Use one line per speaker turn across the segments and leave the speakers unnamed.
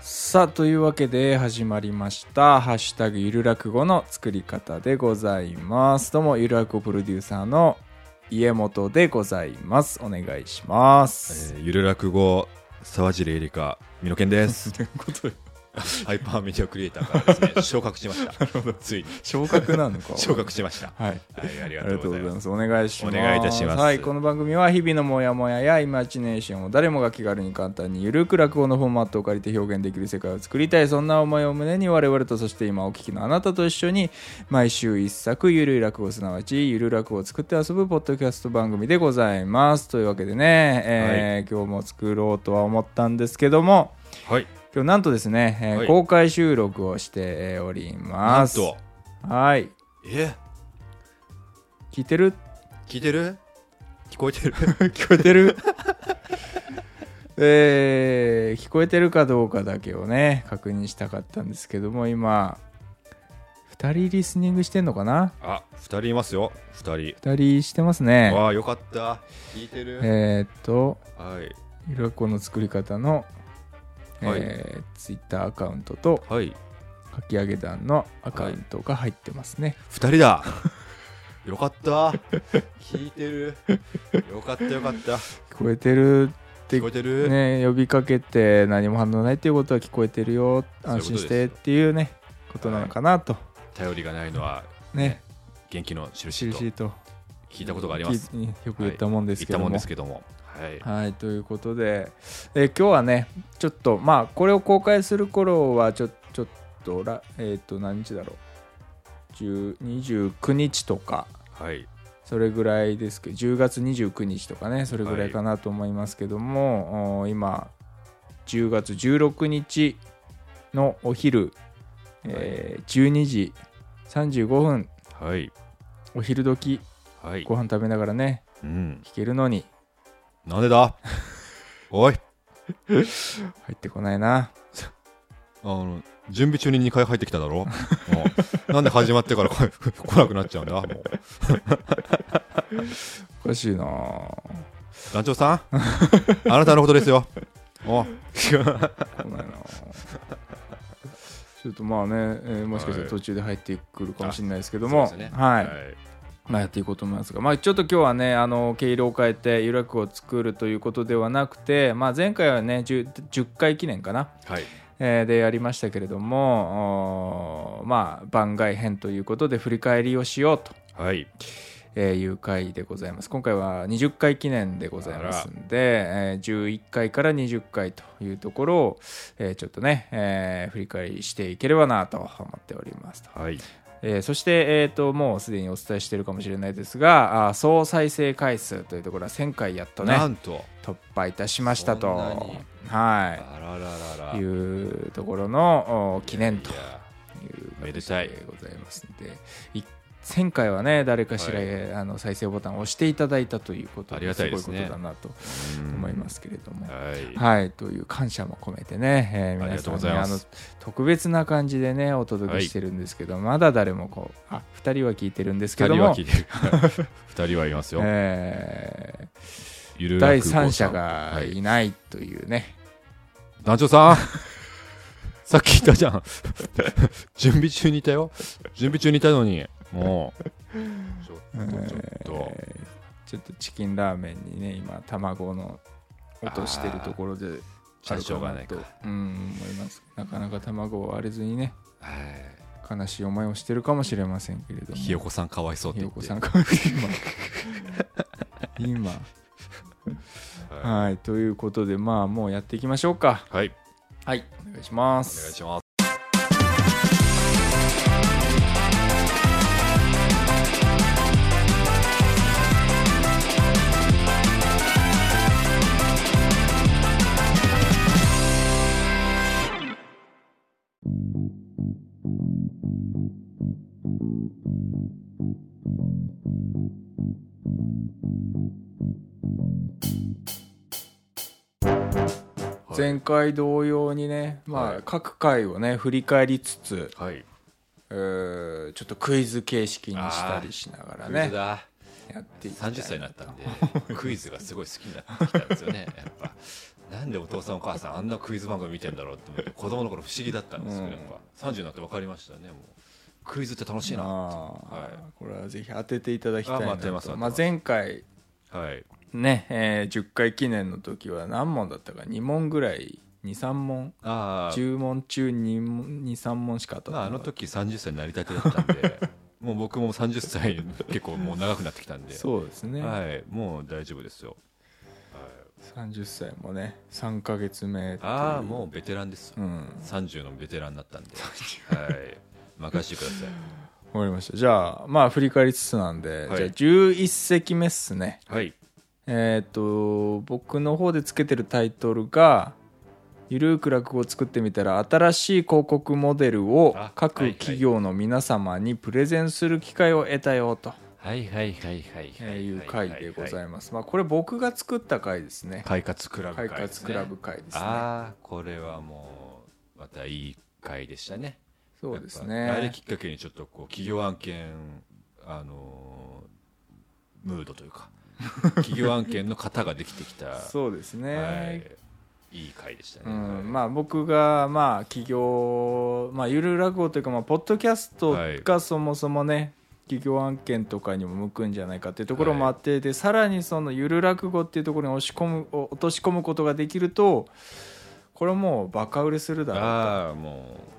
さあというわけで始まりました「ハッシュタグゆる落語」の作り方でございますどうもゆる落語プロデューサーの家元でございますお願いします、
えーゆる落語沢尻エリカ美濃健で す
ということで
ハイパーメディアクリエイターからで すね昇格しましたついに
昇格なのか
昇格しました
はい
はいありが
あ
と
り
う
がと
ご
うござい
ざいま
ますす。お願いします。
お願いいたします
はい、この番組は日々のモヤモヤやイマジネーションを誰もが気軽に簡単にゆるく落語のフォーマットを借りて表現できる世界を作りたい。そんな思いを胸に我々とそして今お聞きのあなたと一緒に毎週一作ゆるい落語すなわちゆる落語を作って遊ぶポッドキャスト番組でございます。というわけでね、えー今日も作ろうとは思ったんですけども、
はい
今日なんとですね、えー
はい
公開収録をしており
な
ま
ん
す。
と
はい。
え
聞いてる
聞いてる聞こえてる
聞こえてるえー聞こえてるかどうかだけをね確認したかったんですけども今2人リスニングしてんのかな
あ二人いますよ二
2人してますね
人わあよかった聞いてる
えーっと
はい
ゆらこの作り方の、えー、ツイッターアカウントと
はい
かき上げ団のアカウントが入ってますね、
二 人だよかった聞いてるよかったよかった
聞こえてる
聞こえてる
ね呼びかけて何も反応ないっていうことは聞こえてるよ
そういう
安
こ
心
とです
してっていうねことなのかなと、
頼りがないのは
ね
元気の印と
印と
聞いたことがあります
きよく言ったもんで
言
す
っ
け
た
ど
も
も。
んですけどもはい
はいということで、えー今日はねちょっとまあこれを公開する頃はちょちょっとらえっ、と何日だろう10 29日とか
はい
それぐらいですけど10月29日とかねそれぐらいかなと思いますけども、おー今10月16日のお昼、えー12時35分
はい
お昼時
はい
ご飯食べながらね
うん
弾けるのに
なんでだ おい
入ってこないな
あの準備中に2回入ってきただろも うなんで始まってから来来なくなっちゃうんだもう
おかしいな
団 長さんあなたのことですよお
来ないなちょっとまあね、えーもしかした
は
ら
い
途中で入ってくるかもしれないですけども、
そうですね
はい、
はい
まあやっていこうと思いますが、まあ、ちょっと今日はねあの毛色を変えてゆらくを作るということではなくて、まあ、前回はね 10, 10回記念かな、
はい
えーでやりましたけれどもおーまあ番外編ということで振り返りをしようと
はい
えーいう回でございます今回は20回記念でございますんで、えー11回から20回というところを、えーちょっとね、えー振り返りしていければなと思っておりますと、
はい
えーそして、えー、ともうすでにお伝えしているかもしれないですがあー総再生回数というところは1000回やっとね
なんと
突破いたしました
そんな
と
に
は
あらららら
いいうところのお記念と
いや
いう形
めでたい
でございますんでい前回はね誰かしら、えーあの再生ボタンを押していただいたということ
ありがたいですす
ごい
ね
ことだなと
うん
思いますけれども。
はい
はい、という感謝も込めてね、えー
あり
皆
がと
さ
うんご
ね
ざいます
特別な感じでねお届けしてるんですけど、まだ誰もこうあ2人は聞いてるんですけ
2
ど
人は
も
聞い、てる2人はいますよ、
え
ゆ
ー
る
第
落語さん
三者が
はい
いないというね、
団長さん さっきいたじゃん 準備中にいたよ準備中にいたのにもうちょっとちょっと、
えーちょっとチキンラーメンにね今卵の音してるところで
ちょっとしょうがない
あ
か
るなとうん思いますなかなか卵を割れずにね悲しい思いをしてるかもしれませんけれども
ひよこさんかわいそうって
ひ
言
よ
って
こさんか今 今
は
はいということでまあもうやっていきましょうか
い、はい、
はいお願いしま
お願い
す
します
前回同様にねま
は
あ
い
各回をね振り返りつつ
はい
うーちょっとクイズ形式にしたりしながら
クイ
ね
ズだ
やっていきたい
30歳になった んでクイズがすごい好きになってきたんですよねやっぱなんでお父さんお母さんあんなクイズ番組見てんだろうって思って子供の頃不思議だったんですけど、やっぱ30になって分かりましたねもうクイズって楽しいな
あー
はい
これはぜひ当てていただきたい
あ
な
待ってます
と
待って
ま
ま
あ前
す
回
はい
ねえー10回記念の時は何問だったか2問ぐらい23問
ああ
10問中23問しか当たっ
まあ、
た
あの時30歳になりたてだったん でもう僕も30歳結構もう長くなってきたんで
そうですね、
はい、もう大丈夫ですよ
30歳もね3ヶ月目っていう
ああもうベテランです、
うんわ
30のベテランになったんではい任せてください
かりましたじゃあまあ振り返りつつなんで、
はい
じゃあ11席目っすね
はい
えっ、と僕の方でつけてるタイトルが「ゆるーく落語を作ってみたら新しい広告モデルを
あはいは
各
い
企業の皆様にプレゼンする機会を得たよ」と
はいはいはいはいは
えーいう回でござ
ま
い
す
ます。まあこれ僕が作った回ですね。
快活クラブ
快
会ですね
活クラブ回ですね。
ああこれはもうまたいい回でしたね
そうです
やっぱあれ
ね
き。っかけにちょっとこう企業案件あのームードという か企業案件の型ができてきた
そうですね。
はい、いい回でした
う
ね、
ん、ま
ま
あ僕がまあ企業まあゆる落語というかまあポッドキャストがそもそもね企業案件とかにも向くんじゃないかっていうところもあってでさらにそのゆる落語っていうところに押し込む落とし込むことができるとこれもうバカ売れするだろうと
ああもう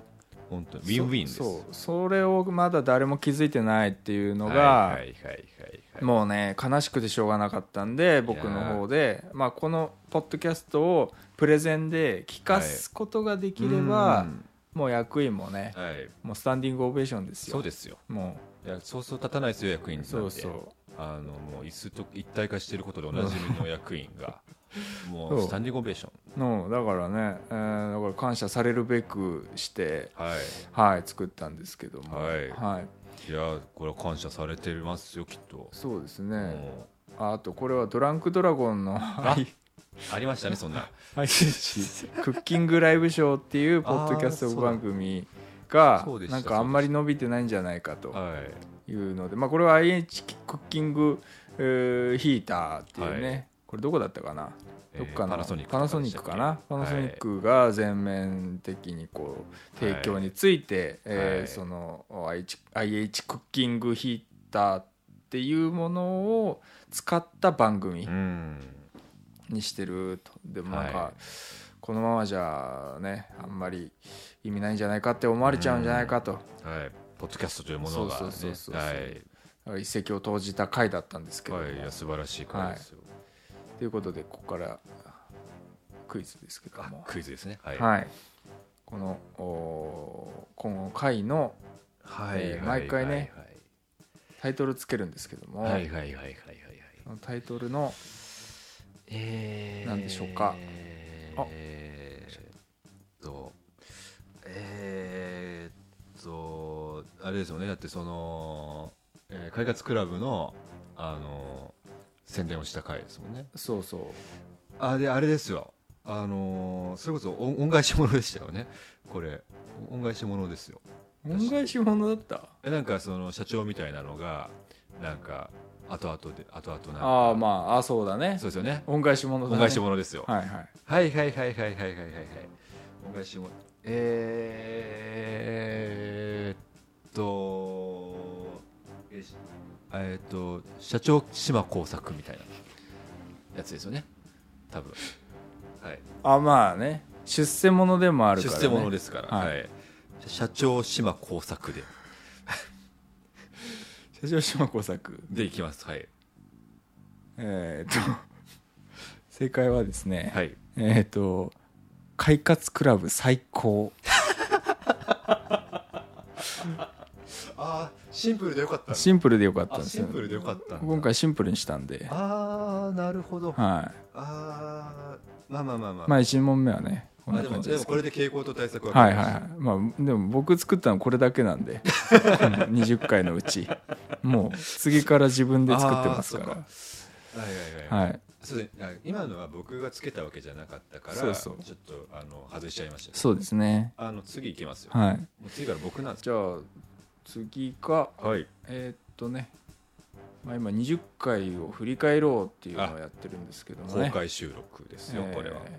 本当にウィンウィンです
そうそうそれをまだ誰も気づいてないっていうのが、
はいはいはいはいはい
もうね悲しくてしょうがなかったんで僕の方で、まあ、このポッドキャストをプレゼンで聞かすことができれば、
うん
もう役員もね
はい、
もうスタンディングオベーションですよ
そうですよ
も
いやそうそう立たないですよ役員なん
う
て
そうそ
あのもう椅子と一体化していることでおなじみの役員が も
そうう
スタンディングオベーション
うのだからね、えーだから感謝されるべくして
は
はい作ったんですけども
はい
はい、
いいやこれは感謝されてますよきっと、
そうですね
もう
ああとこれは「ドランクドラゴン」の
あありましたねそんな
配信地クッキングライブショーっていうポッドキャスト番組が
あーそうだそうでした
なんかあんまり伸びてないんじゃないかと
はい
いうので、まあ、これは IH クッキングえーヒーターっていうね、
はい
これどこだったかな、
えー
どっかの
パナソニック
パナソニックかなパナソニッ
は
クが全面的にこう提供について、えー
はい
その IH, IH クッキングヒーターっていうものを使った番組、
いうん
にしてるとでもなんか、
はい
このままじゃねあんまり意味ないんじゃないかって思われちゃうんじゃないかと、だ
はいポッドキャストというものがね
そうそうそうそう
はい
から一石を投じた回だったんですけど、
はいいや素晴らしい回ですよ、
ということでここからクイズですけど
あ
も
クイズですねはい
はい、このおー今後回の
は
えー毎回ね
はい
タイトルつけるんですけども、
はいはいはいはいはいはい
そのタイトルの
えー
なんでしょうかあ
えー、とえー、とあれですよねだってその、えー、快活クラブのあの宣伝をした回ですもんね
そうそう
あであれですよあのそれこそお恩返し物でしたよねこれお恩返し物ですよ
恩返し物だった
えなんかその社長みたいなのがなんか後々で後々なんか
ああまああーそうだね
そうですよね
恩返し物だね
恩返し物ですよ
はいはい
はいはいはいはいはいはいはいはい。お返しも。えー、っと、えしえーっと、社長島耕作みたいなやつですよね。多分。はい。
あまあね出世物でもあるか
出
ら、ね、
世者ですから。
は
はいい。社長島耕作で。
社長島耕作
でいきます。はい。
えー、っと 正解はですね、
はい。
えー、っと快活クラブ最高
ああ、シンプルでよかった
シンプルでよかったんですよ
でよかった
今回シンプルにしたんで
ああ、なるほど。あ
は
あ、まあまあまあま
いまあ1問目はねこん
あ
な
でも
感じ
で
で
も
す
これで傾向と対策は
はいはいはいまあでも僕作ったのこれだけ なんでうん20回のうちもう次から自分で作ってます
あ
か
はいはいは
ら
い、
はい
そうですねあ今のは僕がつけたわけじゃなかったから
そうそう
ちょっとあの外しちゃいましたね
そうですね
あの次いきますよ、
はい
もう次から僕なんですよ
じゃあ次が
はい
えーっとね、まあ、今20回を振り返ろうっていうのをやってるんですけども
公
ね
開収録ですよ、
えー
これは、はい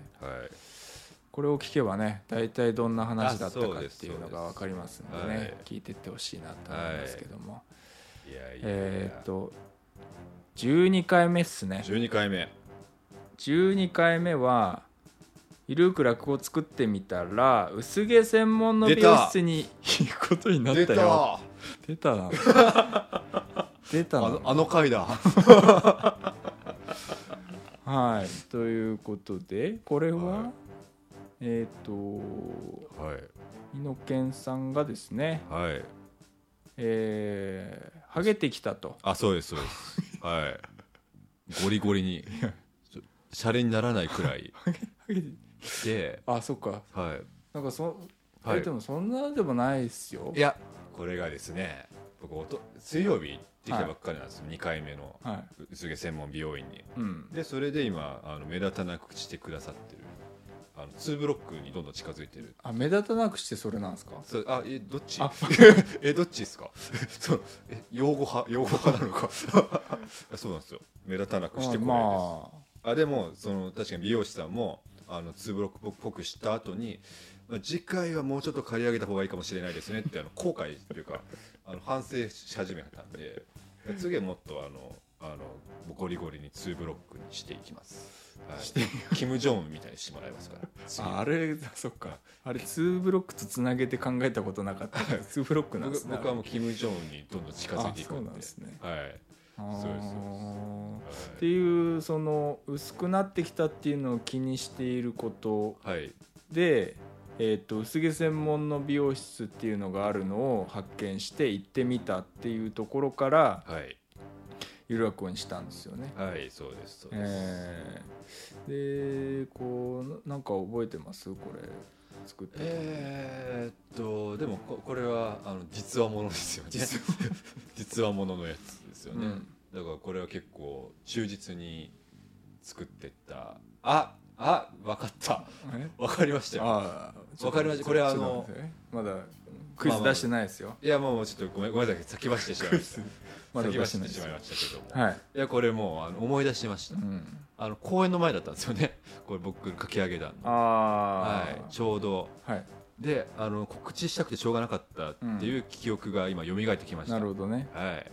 これを聞けばね大体どんな話だったか
あそう
っ
です
ていうのが分かりますんでね、
はい
聞いてってほしいなと思いますけども、
いやいやいや
えーっと12回目っすね
12回目
12回目は「イルーク落語作ってみたら薄毛専門の美容室に行くことになったよ」出た な出た
あ
な
のあの回だ
はい、ということでこれは、
はい
えっ、と
はい
猪健さんがですね
はい
えー、ハゲてきたと
あそうですそうですはいゴリゴリに ちょシャレにならないくらいで
あそっか
は
なんかそ、
はい
えでもそんなでもないですよ
いいやこれがですね僕おと水曜日行ってきたばっかりなんですよ、2回目の
はい
薄毛専門美容院に
うん
でそれで今あの目立たなくしてくださってるあの2ブロックにどんどん近づいてる
あ目立たなくしてそれなんですか
そあえどっち
あ
えどっちですか そうえ用語派用語派なのか あそうなんですよ目立たなくしてくれるんです、
ま
あでもその確かに美容師さんもあのツーブロックっぽくした後にまあ次回はもうちょっと刈り上げた方がいいかもしれないですねってあの後悔というかあの反省し始めたんで次はもっとあのあのゴリゴリにツーブロックにしていきます、はい、キム・ジョンウンみたいにしてもらいますから次
ああれそっかあれ2ブロックとつなげて考えたことなかった2ブロックなんで
僕
すね
僕はもうキム・ジョンウンにどんどん近づいていく
あそうん
で
なんですね
はい
あー
そうですそう
っていうその薄くなってきたっていうのを気にしていること
はい、はい
で、えー、と薄毛専門の美容室っていうのがあるのを発見して行ってみたっていうところから
はい
ゆるあこにしたんですよね。
はいそうですそうです、
えーでこうななんか覚えてますこれ作って、
えー、っとでもここれはあの実話ものですよね
実
実話もののやつですよね、
うん
だからこれは結構忠実に作ってったああわかった
え
わかりましたよ
ああ
わかりましたこれはあの
まだクイズ出してないですよ、
いやもうちょっとごめんごめんなさい先走ってしまいました
まだ
先
出して
走っ
ない
て
で
し
す
まい
よ
ましたけども、
はい、
い、やこれもうあの思い出しました、
うん、
あの公演の前だったんですよね これ僕かき上げ団の
あ
はいちょうど
あはい、
であの告知したくてしょうがなかったっていう記憶が今蘇ってきました、
なるほどね
はい。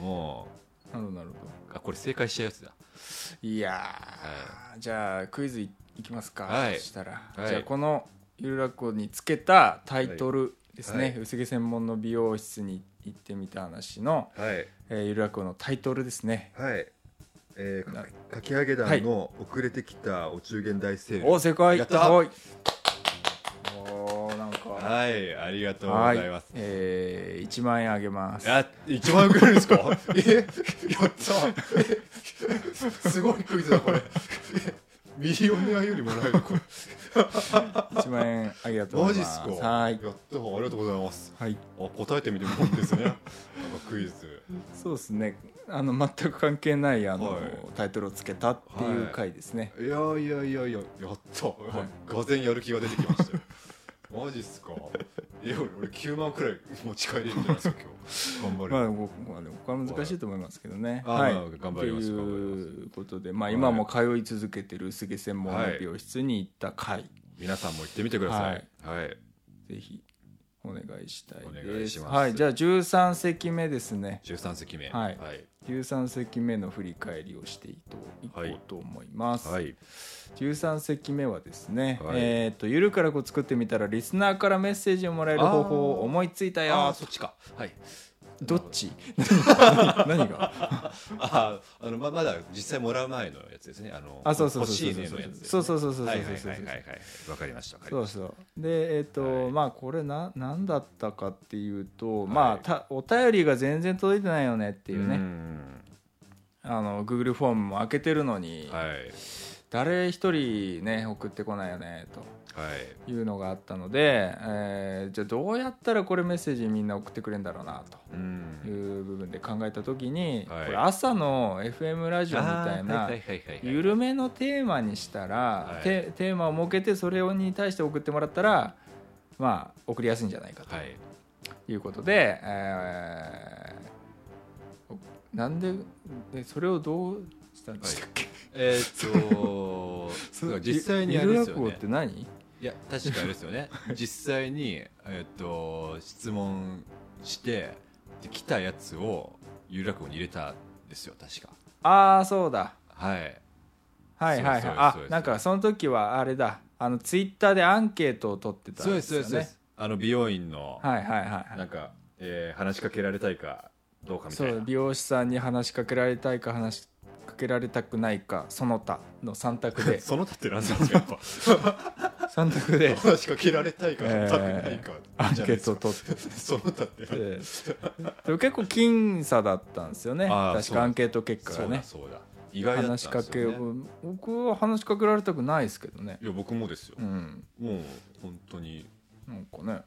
も
なるほどなるほど
う、あ、これ正解しちゃうやつだ。
いやー、じゃあクイズいいきますか、
はい
そしたら、
はい
じゃあこのゆるらこにつけたタイトルですね、
はいはい
薄毛専門の美容室に行ってみた話の、
はい。
えーゆるらこのタイトルですね
はい。えー、
な
かかき上げ団の遅れてきたお中元大セール。
お正解
やった
おいおーなんかは
はい、ありがとうございます。
えー、1万円あげます
あ、一万円くらいですかえ やったえすごいクイズだ、これ。ミリオネアよりもらえる、これ。
1万円ありがとうご
マ
ざ
ジ
い
っ
ますす
か
はい
やった、ありがとうございます。
はい
あ、答えてみてもいいんですね。なんかクイズ。
そうですねあの全く関係ないあの、
はい
タイトルをつけたっていう回ですね、
いやいやいやいややった、
い
がぜんやる気が出てきましたよマジっすかいや俺俺9万くらい持ち帰れるんじゃないですか今日頑張
まあ、
る、
僕まあ、でも他は難しいと思いますけどね。
あ
はい。
まあ頑張ります
と
頑張り
いうことで、まあ、
はい
今も通い続けてる薄毛専門の
はい
美容室に行った回、
皆さんも行ってみてくださいはい、
ぜひお願いしたいです。
お願いします
はい、じゃあ13席目ですね。
13席目
はい
はい、
13席目の振り返りをしていこういこ
はいう
と思います。
はい
13席目はですね、
はい
えっ、とゆるからこう作ってみたらリスナーからメッセージをもらえる方法を思いついた
ああ
よ。
そっちかはい
どっち？ 何何が？
あああのままだ実際もらう前のやつですねあの
あそうそうそう
欲し
そう
い
そう
ね
そう
のやつですね
そうそうそうそうそう
はいはい
そう
はい
そう
はいはいわかりましたわかり
そ
ま
う
した
そうでえっ、と、
はい
まあこれな何だったかっていうと、
い
まあたお便りが全然届いてないよねっていうね、
ん
あの Google フォームも開けてるのに、
はい
誰一人ね送ってこないよね
はい
というのがあったので、えーじゃあどうやったらこれメッセージみんな送ってくれるんだろうな
う
とい
ん
う部分で考えた時に、
はい
これ朝の FM ラジオみ
あ
たい
ー
な、
はいはいはいはいはい
緩めのテーマにしたら、
はい
テテーマを設けてそれに対して送ってもらったらまあ送りやすいんじゃないかと
はい
いうことで、えーなんででそれをどうしたんでしたっけ、
えーっ とそうか実際に
ゆ
あれ
ゆる
です
落
よ
語っ
ね
て何
いや確かあれです よね実際に、えっと質問してで来たやつを有楽語に入れたんですよ確か
ああそうだ
はい
はいはい
そう
はいあ
ですそうです
なんかその時はあれだあのツイッターでアンケートを取ってたん
そうで
ですす
そう
よ
で
ね
すそうですあの美容院の、
はいはいはいは
なん
い
か、えー話しかけられたいかどうかみ
そ
たいう な
美容師さんに話しかけられたいか話しかけられたくないかその他の3択 で
その他って何なんですかやっぱ
3択で
話しかけられたいか
えー
たくないか
アン
じゃ
ケ
ないで
ート
す
を
か
取って
その他って何
でも結構僅差だったんですよね
あー
確
そう
かアンケート結果
そ
が
うだ
ね
そうだ意外だ
話
っ
した
んで
か
す
け
よ、ね、
僕は話しかけられたくないですけどね
いや僕もですよ
う、ん
もう本当に
なんかね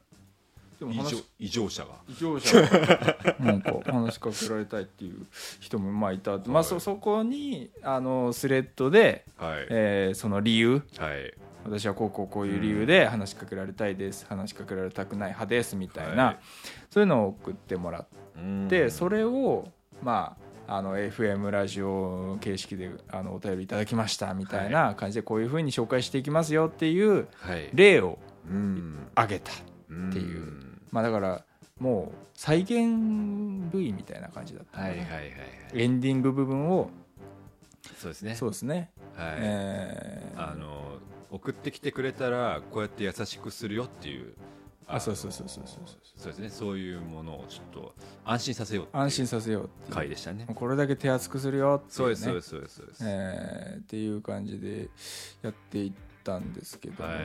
でも
異
話
常
し
異常者が
異常者が なんか話しかけられたいっていう人もまあいた、まあ、そそこにあのスレッドで、
はい、
えーその理由
はい
私はこうこうこういう理由で話しかけられたいです話しかけられたくない派ですみたいな、
はい
そういうのを送ってもらって、
うん
それをまああの FM ラジオ形式であのお便りいただきましたみたいな感じでこういうふうに紹介していきますよっていう
はい
例を
うん
挙げた、
って
いうまあ、だからもう再現部位みたいな感じだった、
はいはいはいはい
エンディング部分を
そうですね
そうですね、
はい、
えー
あの送ってきてくれたらこうやって優しくするよっていう
あ
の
そうそうそうそうそうそう
そうですねそういうものをちょっと安心させようっていう
安心させようっていう
回でしたね
もうこれだけ手厚くするよってい
そう
う
で
ね
すそうですそうですそうです、
えーっていう感じでやっていったんですけども、
はい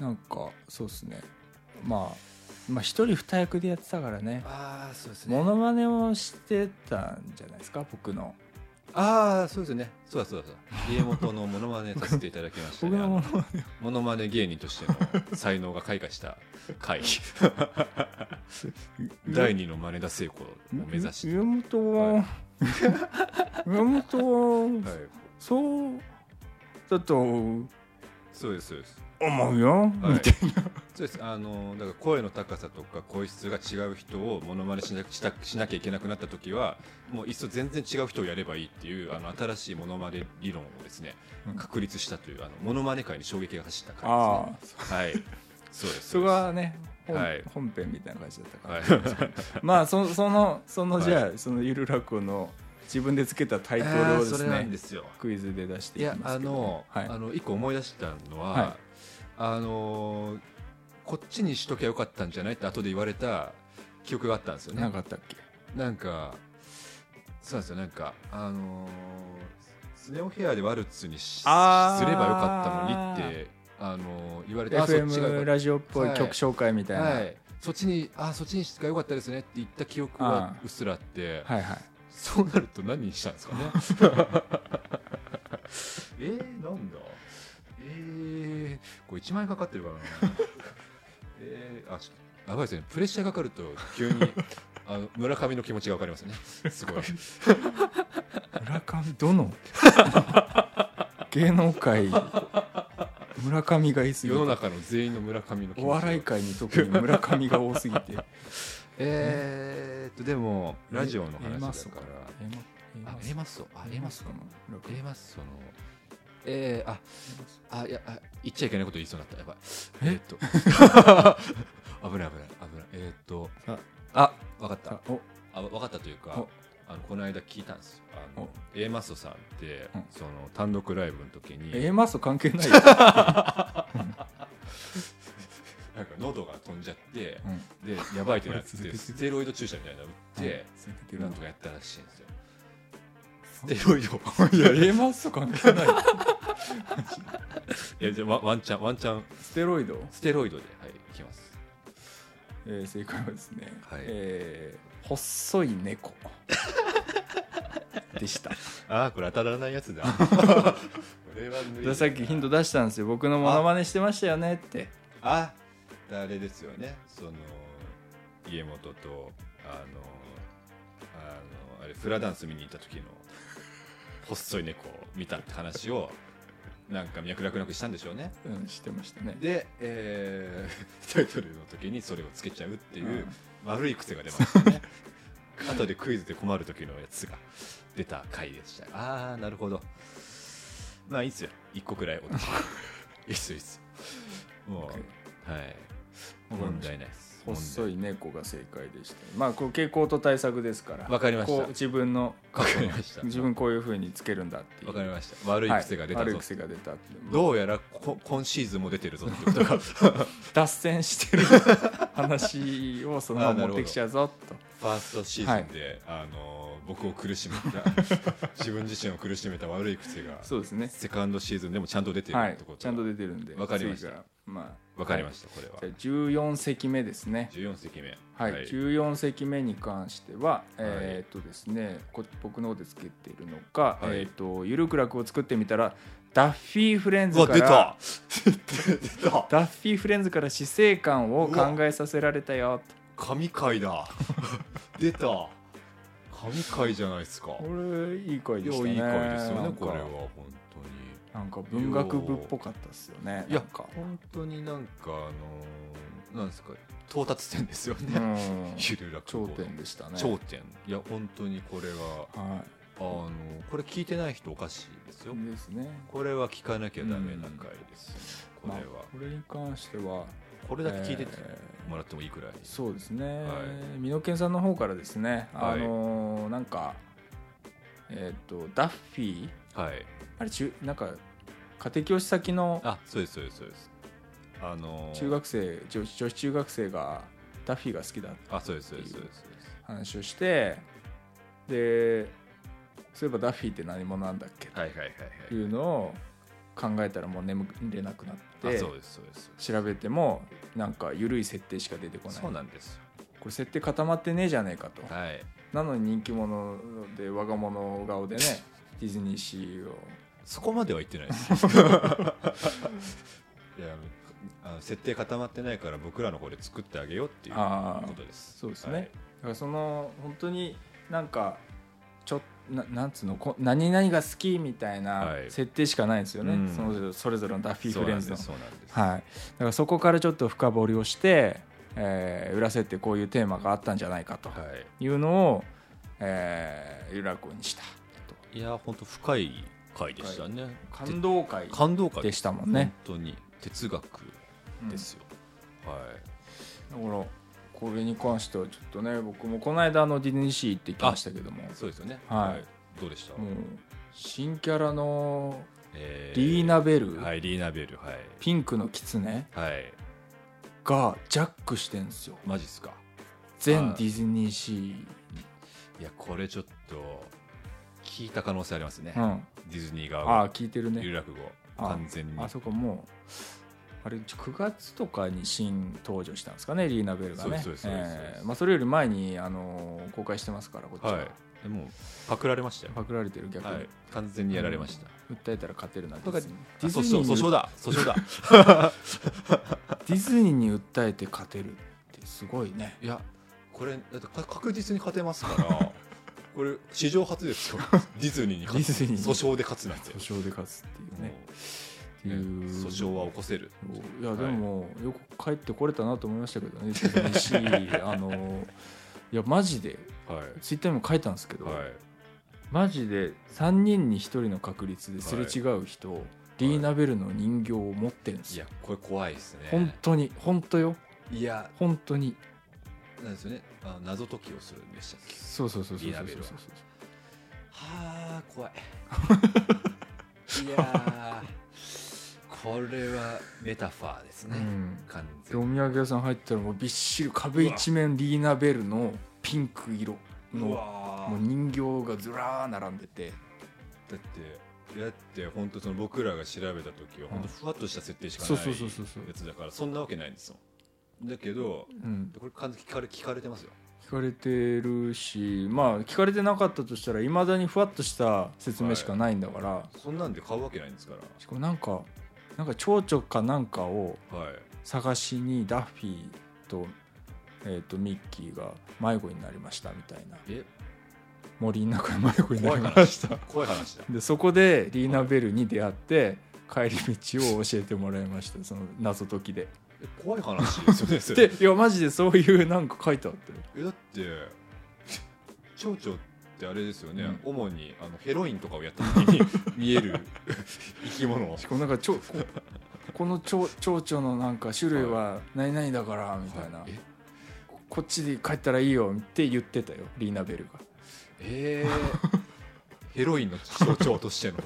なんかそうですねまあまあ一人二役でやってたからね
ああそうです
モノマネをしてたんじゃないですか僕の
ああそうですねそうだそうだそうだ家元のモノマネさせていただきまし た
僕
ね
の
あ
モ
の
ノマネ
モノマネ芸人としての才能が開花した回 第二のマネダ成功を目指して、
上本は、
は
上本は
はい、
そうだと思
そうですそうです
うよ、
はい
みたい
そうですあのだから声の高さとか声質が違う人をモノマネしなしなしなきゃいけなくなった時はもういっそ全然違う人をやればいいっていうあの新しいモノマネ理論をですね
うん
確立したというあのモノマネ界に衝撃が走った
な
回
ああ
ですねはいそうです
それ
は
がね本,、
はい
本編みたいな感じだったから、
はい
まあそそのその
はい
じゃあ、そのゆるらくの自分でつけたタイトルを
あー
で
そ
す
れなん
ね
ですよ
クイズで出して
い
いきま
や
すけど
あの,、
はい
あの一個思い出したのは、
はい
あのーこっちにしときゃよかったんじゃないって後で言われた記憶があったんですよね
なんかあったっけ
なんか、そうなんですよ、なんか、あのースネオヘアでワルツにしすれ
あー
ばよかったのにって、あのー言われて、あ、そっちがよ
FM
かっ
ラジオっぽい
はい
曲紹介みた
た。
いな、はい、
はい。そっちに、あ、そっちにが良かったですねって言った記憶はうっすらあって、
はい
そうなると何にしたんです かね。えー、なんだえー、これ1万円かかってるから な。えー、あ、ちょっと、やばいですね。プレッシャーかかると急に、あの、村上の気持ちがわかりますね。す ごい。
村上ど の芸能界村上がいすぎ
世
て
の中の全員の村上の気持ち
お笑い界に特に村上が多すぎて
えーっとでも ラジオの
え
話
え
だ
ま
か
すからえ
あ
ます
えますとあえますと
村上
えますそのえー、ああいやあ言っちゃいけないこと言いそうになったやばいえーっと 危ない危ない危ないえーっと
あ
あわかった
あお
あわかったというか
お
あのこの間聞いたんですよあの
お
A マストさんって、
うん
その単独ライブの時に、
えますと関係 ないよ、
なんか喉が飛んじゃって
うん
でやばいってなっ
続け
て
て
ステロイド注射みたいなの打って、
続けてる
な
なん
とかやったらしいんですよ。ステロイド。
いや、A マッソ関係ない。
いや、じゃあワンワンチャン、ワンチャン、
ステロイド、
ステロイドで、はい、いきます。
えー正解はですね、
はい
えー細い猫でした。
ああ、これ当たらないや つだ。これは
さっきヒント出したんですよ。僕のモノマネしてましたよねって。
あ、誰ですよね。その、家元と、あの、あの、あれ、フラダンス見に行っ た時の、細い猫を見たって話を、なんか脈絡なくしたんでしょうね。
うん、してましたね。
で、えータイトルの時にそれをつけちゃうっていう、
うん
悪い癖が出ました ね後でクイズで困る時のやつが出た回でしたああなるほどまあいいっすよ1個くらいお得 いいっすよいいっすよもうはい
わかりました
問題ないです
細い猫が正解でしたまあこう傾向と対策ですから
わかりました
こう自分の
わかりました
自分こういうふうにつけるんだっていう
わかりました悪い癖が出た
はい
ぞ
悪い癖が出たっていう
どうやらこ今シーズンも出てるぞって ことがフ
脱線してる話をそのまま持ってきちゃうぞ と
ァーストシーズンで、あのー僕を苦しめ た自分自身を苦しめた悪い癖が
そうですね
セカンドシーズンでもちゃんと出てる
は
っ
い
てこと
ちゃんと
わ、
出てるんで
わかりました
次がまあ
かりま
し
したこれは
た、じゃあ14席目ですね
14席目
はい、14席目に関しては、えーっとですねこ僕の方でつけているのが、
はい
えーっとゆるく楽を作ってみたらダッフィーフレン
う
ズ
わ
か
出
ら
た出た
ダッフィーフレンズから死生観を考えさせられたよと
神回だ 出た神回じゃないですか
これいい回
い
で
や
したね
いい回ですよ
な
ね
んか
これは本当に
なんか文学部っぽかったですよね
いや
なんか
本当になんかあのーなんですか到達点ですよね、
うん
ゆる落
頂
語の
点でしたね
頂点いや本当にこれは
は
あのこれ聞いてない人おかしいですよ
いですね
これは聞かなきゃダメな回です、
こ
こ
れ
れ
は、
は
まあ、これに関しては
これだけ聞いてて
えー
もらってもいいくらい
そうですね、
は
美濃健さんの方からですね、
はい
あのーなんか、えっとダッフィー
はい
あれ中なんか家庭教師先の
あそうですそうですそうですあのー
中学生女子女子中学生がダッフィーが好きだって
あそうですそうですそうですそうです
話をしてでそういえばダッフィーって何者なんだっけ
はいはいはい
というのを考えたらもう眠れなくなっ
はい
て
あそうですそうです
調べてもなんか緩い設定しか出てこない
そうなんです
これ設定固まってねえじゃねえかと
よはい
なのに人気者で我が物顔 でねディズニーシーを
そこまでは言ってないです いやあの設定固まってないから僕らの方で作ってあげようっていうこ
ああ
とです
そうですね、
は
だ
い
からその本当になんかちょななんつうのこ何々が好きみたいな
はい
設定しかないんですよね、
うん
そのそれぞれのダッフィー
そう
フレ
なん
ン
で
ズの
すそうなんです
はい、だからそこからちょっと深掘りをして、えー、裏設定こういうテーマがあったんじゃないかと
はい
いうのを、えー、ゆらこにした
いや本当深い回でしたね。
感動会
て感動回
でしたもんね。
本当に哲学
うん
ですよ。はい。
だからこれに関してはちょっとね僕もこの間あのディズニーシー行ってきましたけども
そうですよね。
はい。
どうでした？
もう新キャラの
えー
リーナ・ベル、
はいリーナベルはい
ピンクの狐
はい
がジャックしてんですよ
マジっすか。
全ディズニーシー、
いやこれちょっと聞いた可能性ありますね。
うん、
ディズニー側
あ
が
あ聞いてる
有
ね
楽語
あ
完全に
あそこもうあれ9月とかに新登場したんですかねリーナ・ベルがね
そうですそうですそうです
えーまあそれより前にあのー公開してますからこっちは、
はい。でもパクられましたよ。
パクられてる逆に、
はい。完全にやられました。
訴えたら勝てるなデ
だから
ィズニー
あ
ディズ
訴
ニ
訟
ーに
訴訟だ訴訟だ。
ディズニーに訴えて勝てるってすごいね
いやこれだってか確実に勝てますからこれ史上初 ですよディズニーに勝つ
ディズニーに
訴訟で勝つなんて、
訴訟で勝つっていうねって
もう
いう
ね訴訟は起こせる
いやでも、よく帰ってこれたなと思いましたけどねディズニーシ ーあのいやマジで
は
ツイッターにも書いたんですけ
い
ど、
はい
マジで3人に1人の確率ですれ違う人、リーナ・ベルの人形を持ってるんで
い
すよ、
やこれ怖いですね
本当に本当よ
いや
本当に
なんですよねあ謎解きをするんでしたっけ
そうそうそうそう
リー
そ
ナ
う
ベ
そ
ル
うそ
は
う
はあ怖い いやーこれはメタファーですね、
うん
完
で
全
お
に
土産屋さん入ったらもうびっしり壁一面リーナ・ベルのピンク色の
う
も
わー
う人形がずらー並んでて
だってだって本当その僕らが調べた時は本当ふわっとした設定しかない
そうそうそうそうそう
やつだからそんなわけないんですよだけど
うん
これ完全に聞かれ聞かれてますよ
聞かれてるしまあ聞かれてなかったとしたらいまだにふわっとした説明しかないんだから、
そんなんで買うわけないんですか
しかもなんかなんか蝶々かなんかを
らはい
探しにダッフィーと,、えー、とミッキーが迷子になりましたみたいな
え
森の中で迷子にな
怖い
りま
話
した
だ怖い話だ
でそこでリーナ・ベルに出会って帰り道を教えてもらいましたその謎解きで
怖い話ですよねそ れ
でいやマジでそういうなんか書いてあって
えだって蝶々ってあれですよね、
うん
主にあのヘロインとかをやった時に 見える生き物
しかもなんかちょここの蝶蝶々のなんか種類は何々だからみたいな、
え
こっちで帰ったらいいよって言ってたよリーナ・ベルが
え ーヘロインの象徴としての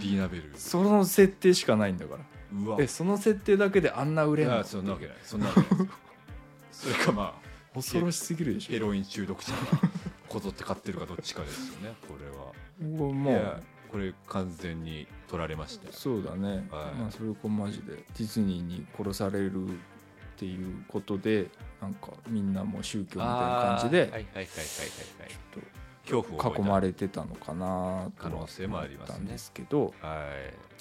リーナ・ベル
その設定しかないんだから
うわ
えその設定だけであんな売
い
れんの
やそんなわけないそんなわけないそれかまあ
恐ろしすぎるでし
ヘロイン中毒者がこぞって買ってるかどっちかですよねこれは
ょもう
も
も
う
う
これ完全に取られましたよ
そうだね、
はい
まあ、それこマジでディズニーに殺されるっていうことでなんかみんなもう宗教みたいな感じ
あーは
で
いはいはいはいはいはい
ちょっ
恐怖を
と囲
覚えた
まれてたのかなと
可能性もあり
思
ま
っ
すね
たんですけど
は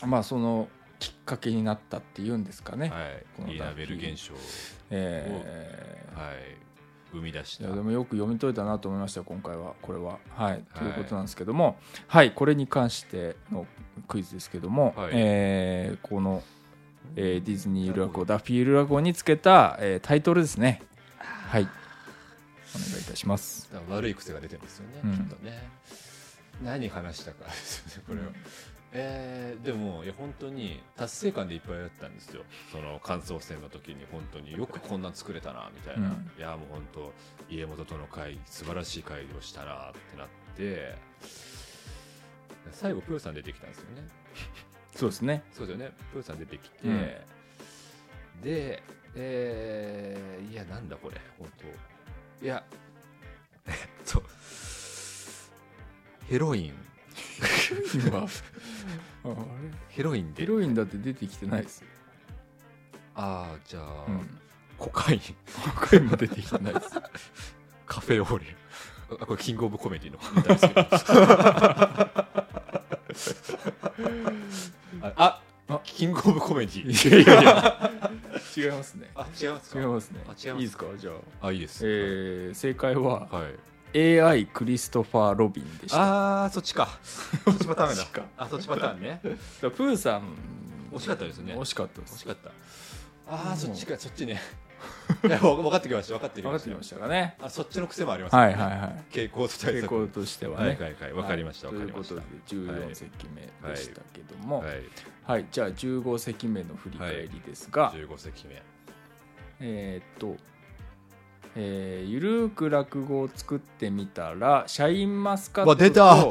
い
まあそのきっかけになったっていうんですかね、こ
は
の
い、リーナベル現象、
えー
はい、生み出し
い
た
やでもよく読み解いたなと思いました今回はこれは、はい。ということなんですけども、はいこれに関してのクイズですけども、
はい
えーこの、えーディズニーラコダッフィールラコにつけた、えータイトルですね。はいお願いいたします。
だから悪い癖が出てますよね、
うん
きっとね何話したかですよねこれは、えーでもいや本当に達成感でいっぱいだったんですよその感想戦の時に本当によくこんなん作れたなみたいな、
うん
いやもう本当家元との会素晴らしい会議をしたなってなって最後プーさん出てきたんですよね
そうですね。
そうだよね、プーさん出てきて、
うん
で、えーいや、なんだこれ、本当。いや、 えっと、ヘロイン、
今あれ
ヘロイン
ヘ
で、
ロインだって出てきてないですよ。
ああ、じゃあ、
うん。
コカイン、
コカインも出てきてないです。
カフェオレ、あこれ、キングオブコメディのネタですけど。ああ
あ
キングオブコメディ。
いやいやいや 違いますね。
あ、違います
違い
か
ますね。
あ違い
い
ますか
いですかじゃあ。
あ、いいです。
えー正解は、
はい。
AI クリストファー・ロビンでしただか
あー、そっちか。そっちパターン
そっちか
だ。あ、そっちパターンね。
らプーさん
惜しかったですね
惜しかったで
惜し
す
かった。あ
うん
あ、そっちか、そっちね。いや分かってきました、分かってき
分か
ま
っ
してた。
きましたかね
あ、そっちの癖もあります、
はいはいはい
い。傾向と対
傾
策。
向としてはね
はいはいはい、分かりました、
はい
分かりました。
と
は
いうことで
は
14
い
席目でしたけどもはい、
い、
じゃあ15席目の振り返りですが、
15席目。
えーっとえーゆるーく落語を作ってみたらシャインマスカッ
わ出
ト
た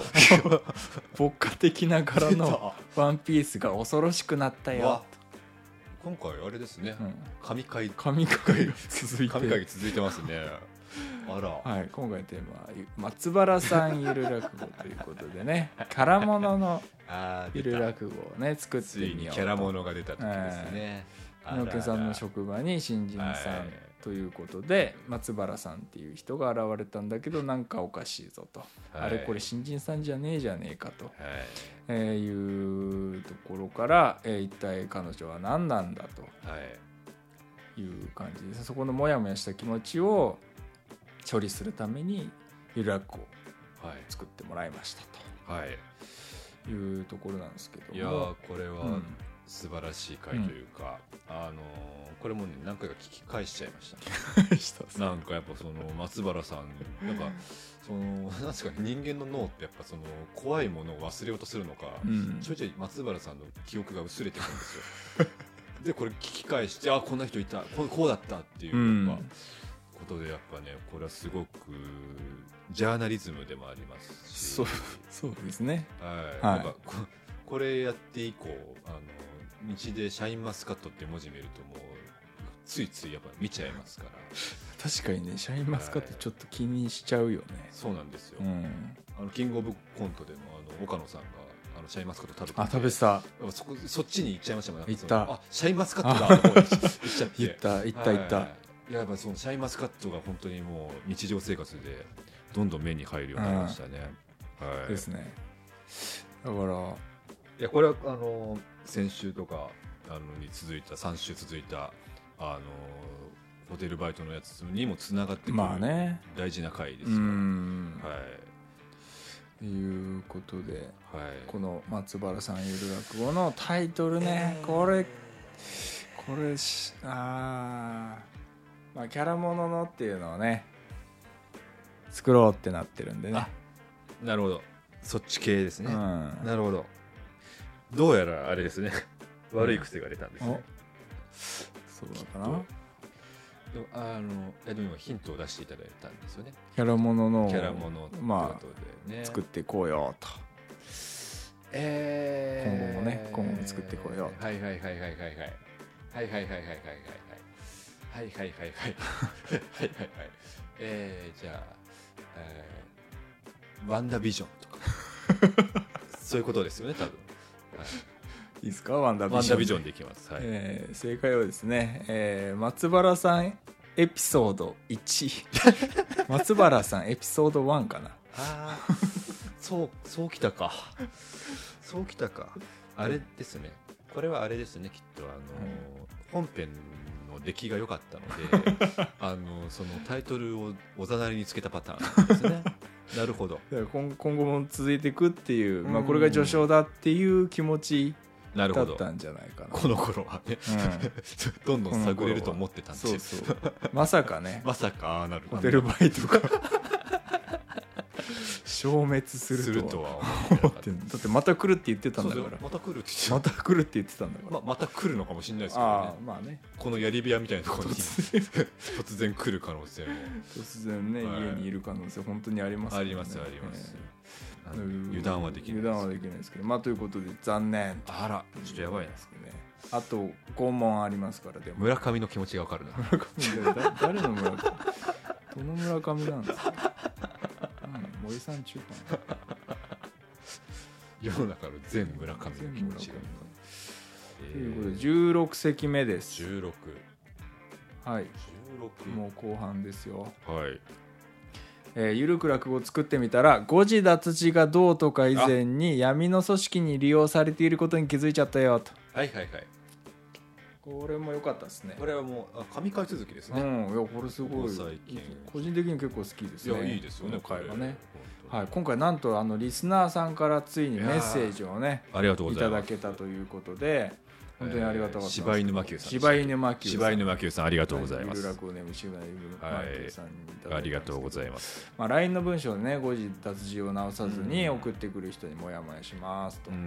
と 牧歌的な柄
出た
のワンピースが恐ろしくなった
わ
よ、
今回あれですね
う、ん、
神回、
神回が続いて
神回続いてますね。あら、
はい、今回のテーマは「松原さんゆる落語」ということで ね空物の
あー
ゆ
出
る
た
落語をね作っ
つ
て
い
み
に
よう
キャラものが出た時ですね。あらあ
の
ら
けさんの職場に新人さ
は
ん
い
ということで松原さんっていう人が現れたんだけどなんかおかしいぞと、あれこれ新人さんじゃねえじゃねえかと、
はい
えーいうところから、えー一体彼女は何なんだと
はい
いう感じですそこのモヤモヤした気持ちを処理するためにゆる落語を
はい
作ってもらいましたと。
はい、
いうところなんですけども
いやーこれ
う
は
ん
素晴らしい回というか、あのーこれもね何回か聞き返しちゃいました、 なんかやっぱその松原さんなんかそのなんですかね人間の脳ってやっぱその怖いものを忘れようとするのか、
うん
ちょいちょい松原さんの記憶が薄れてくるんですよ でこれ聞き返してあこんな人いたこうこうだったっていう、
うん
やっぱことでやっぱねこれはすごくジャーナリズムでもありますし
そうそうですね
はい、
はい
なんかここれやって以降あの道で「シャインマスカット」って文字見るともうついついやっぱ見ちゃいますから
確かにねシャインマスカットちょっと気にしちゃうよね、
そうなんですよ、
うん、
あのキングオブコントでもあの岡野さんがあのシャインマスカット食べてて
あ食べてた
やっぱそこそっちに行っちゃいましたもんなんかその
行った
あシャインマスカットだと思って行っちゃって
言った言った言った、
はいいややっぱそのシャインマスカットが本当にもう日常生活でどんどん目に入るようになりましたね、はい
ですねだから
いやこれはあの先週とかあのに続いた3週続いたあのホテルバイトのやつにもつながってくる
まあね
大事な回です
う
よ、
ん
は
ということで
いはい
この松原さんゆる落語のタイトルねこれこれしあーまあキャラもののっていうのをね作ろうってなってるんでね
あなるほどそっち系です
う
ね、
ん
なるほどどうやらあれですね 悪い癖が出たんです
お
ね、
そうだかな
きっでもあのいやでも今ヒントを出していただいたんですよね
キャラもののを
キャラものって
ま
ことでね、
あ作ってこうよと今
えー
後もね今後も作ってこうよ
はいはいはいはいはいはいはいはいはいはいはいはいはいはいはいはいはいはいはいはいえーじゃあ、えーワンダービジョンとかそういうことですよね多分、はい
いいですかワンダービ
ワン
ジョ
ダー
ン
ビジョンでいきますはい、
えー正解はですね、えー松原さんエピソード1 松原さんエピソード1かな
ああそうそうきたかそうきたかあれですねこれはあれですねきっとあのー、本編の出来が良かった のであのーそのタイトルをおざなりにつけたパターンです ねなるほど
だから今今後も続いていくっていう、まあ、
うん
これが序章だっていう気持ち
なる
だ
ほ
っ
ど
たんじゃないかな
この頃はね、
うん
どんどん探れると思ってたんです
そう
よ
そうまさかね
まさかああなる
ホテルバイトが 消滅す
す
る
る
と
と
は
は思ってなか
だっ
っ
て
た
だってまた来るって言ってたん
そ
だ
うそ
か
う
ら
また来るって言
ま
って
た来るって言ってたんだから、
ままた来るのかもしれないですけどね
ああまあね
このやり部屋みたいなところに突然来る可能性も
突然ね、
はい
家にいる可能性本当にありますか
あ
らね
りますあります
ええ、
あの油断はできない
油断はできないですけどまあということで残念
あらちょっとやばいな
ですねあと5問ありますからでも
村上の気持ちがわかるな
村上だ誰の村上どの村上なんですか、うん、森さん中か
世の中の全村上の気持ち
全村上
がえ
な
ー
ということで16席目です
16
はいも
16
う後半ですよ、
はい
えーゆるく落語を作ってみたら誤字脱字がどうとか以前に闇の組織に利用されていることに気づいちゃったよと
はいはいはい
これも良かったですね
これはもうあ神回続きです
う
ね
ん、いやこれす
こ
ご
こ
い
最近
個人的に結構好きです
い
ね
やいいですよね
この回は
これ
ね、
本当に
はい、今回なんとあのリスナーさんからついにメッセージをね
ありがとうご
い
ざい
た
ま
だ
す
けたということで本当にありがたかったんですけど
えー柴犬真久さん
柴犬真久さん
柴犬真久さんありがとうございま
ゆる
す
落語ネーム柴犬真久さんにいただいたんですけど
ありがとうございます
まあ、LINE の文章でね誤字脱字を直さずに送ってくる人にモヤモヤしますと、
うん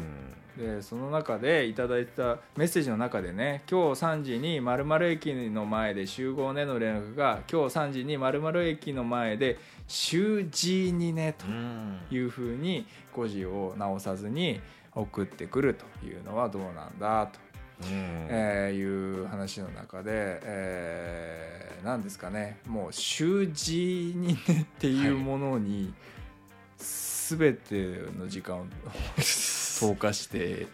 でその中でいただいたメッセージの中でね「今日3時に〇〇駅の前で集合ね」の連絡が「今日3時に〇〇駅の前で集時にね」と
うん
いうふうに誤字を直さずに送ってくるというのはどうなんだと、えーいう話の中で、えーなんですかねもう習字にねっていうものに全ての時間を 投下して、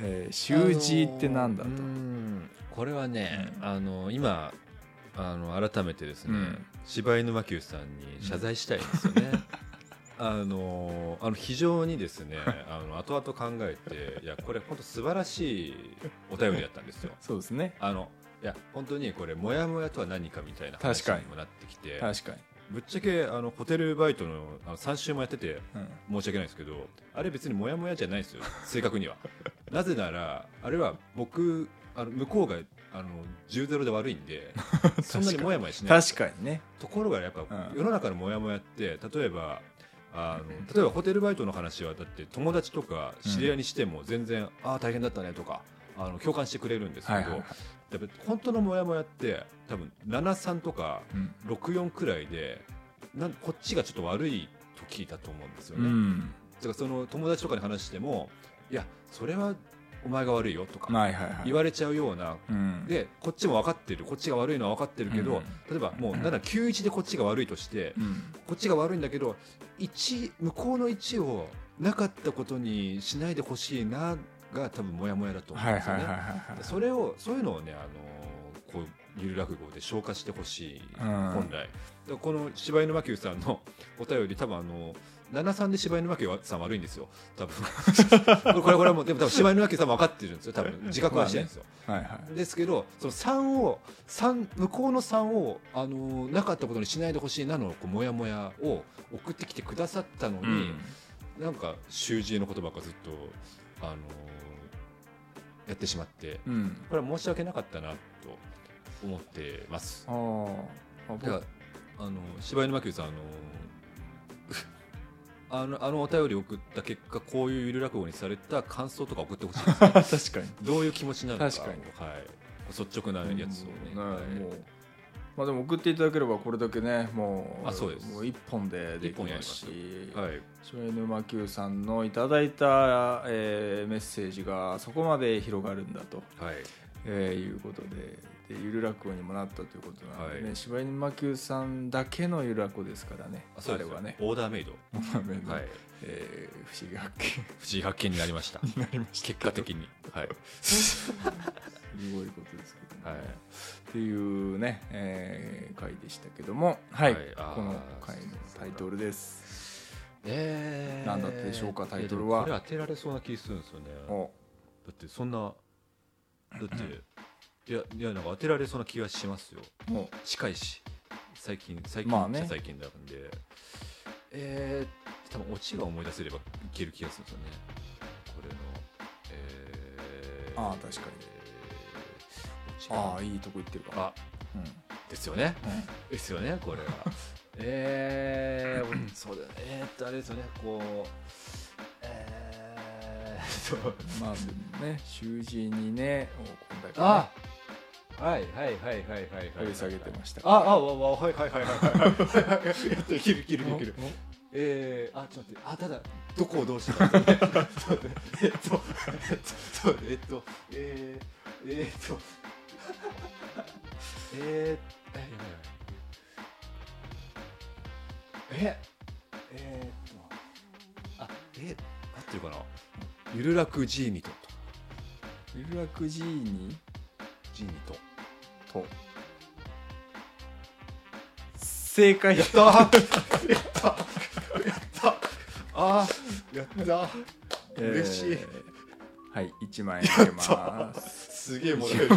えー、習字ってなんだと
あのーう。んこれはね、あの今あの改めてですね、
うん
柴犬真久さんに謝罪したいですよね。 あのーあの非常にですねあの後々考えていやこれ本当素晴らしいお便りだった んですよ。
そうですね
あのいや本当にこれモヤモヤとは何かみたいな話
確かに
にもなってきて
確かに、
ぶっちゃけあのホテルバイトのあの3週もやってて
うん
申し訳ないですけどあれ別にモヤモヤじゃないですよ 正確にはなぜならあれは僕あの向こうがあの10ゼロで悪いんで そんなにモヤモヤしない
確かにね
ところがやっぱ、
うん
世の中のモヤモヤって例えばあの例えばホテルバイトの話はだって友達とか知り合いにしても全然、ああ大変だったねとかあの共感してくれるんですけど、
はいはいはい、
やっぱ本当のモヤモヤって多分73とか
うん
64くらいでなんこっちがちょっと悪い時だと思うんですよ
う
ね。
ん、
だからその友達とかに話してもいやそれはお前が悪いよとか
はいはいはい
言われちゃうような、
うん、
でこっちも分かってるこっちが悪いのは分かってるけど、
うん
例えばもう791でこっちが悪いとして、
うん
こっちが悪いんだけど1向こうの1をなかったことにしないでほしいなが多分モヤモヤだと思
はい
う
は
んで
い
すよ
はい
ね。
はい
それをそういうのをね、あのーこうゆる落語で消化してほしい、
うん
本来だからこの柴犬真久さんの お便り多分あの73で柴犬真久さん悪いんですよ多分 これこれはもうでも多分柴犬真久さんも分かってるんですよ多分自覚はしてないんですよ、
はいはい
ですけどその3を三向こうの3を、あのーなかったことにしないでほしいなのこうモヤモヤを送ってきてくださったのに、なんか習字のことばっかずっとあのーやってしまって
うん
これは申し訳なかったなと思ってます
あーあ
だから
僕
あの柴犬真久さんあの あのあのお便り送った結果こういうゆる落語にされた感想とか送ってほし いです ね
確かに
どういう気持ちなのか
確かに
はい、率直なやつをね,、
うん
はい
もうまあでも送っていただければこれだけねもう
あそうです
もう一本でできますし
はい
白犬沼久さんのいただいた、えーメッセージがそこまで広がるんだと、
はい
えーいうことででゆる落語にもなったということなのでね、
はい
柴犬沼久さんだけのゆる落語ですからね
あそう
あ
で
れ
すよ
はね、
オーダーメイド、
は
はいい、
えー不思議発見
不思議発見になりました 結果的に、はい
すごいことですけどね、
はい
っていうね、えー回でしたけどもはい、
はいあー
この回のタイトルです
え
何だったでしょうかタイトルは
これ当てられそうな気するんですよねだ
お
ってそんなだっていやいやなんか当てられそうな気がしますよ
お
近いし最近最近、
まあね
っちゃ最近だんでえー、多分オチが思い出せればいける気がするんですよねこれのえー、
あー確かに
えーオチが
ああいいとこ行ってるか
あ
うん
ですよね
うん
ですよねこれは えー、そうだよねえーっとあれですよねこうえーっ と
まあでもね、囚人にね、もうこんだけ、ね、
あはいはいはいはいはい
掘り下げてました
あ
あ、
あわわはいはいはいはいはいやっていけるいけるいけるえー、あちょっと待ってあただどこをどうしたかえっとえっとえっとえー、えっとえー、えー、ええー、っとあえ合ってるかなゆるらくジーニと
ゆるらくじいに
ジーニと
と。正解
やったやったやったあーやった嬉しい
えーはい、1万円あげ ます。
すげえもらえる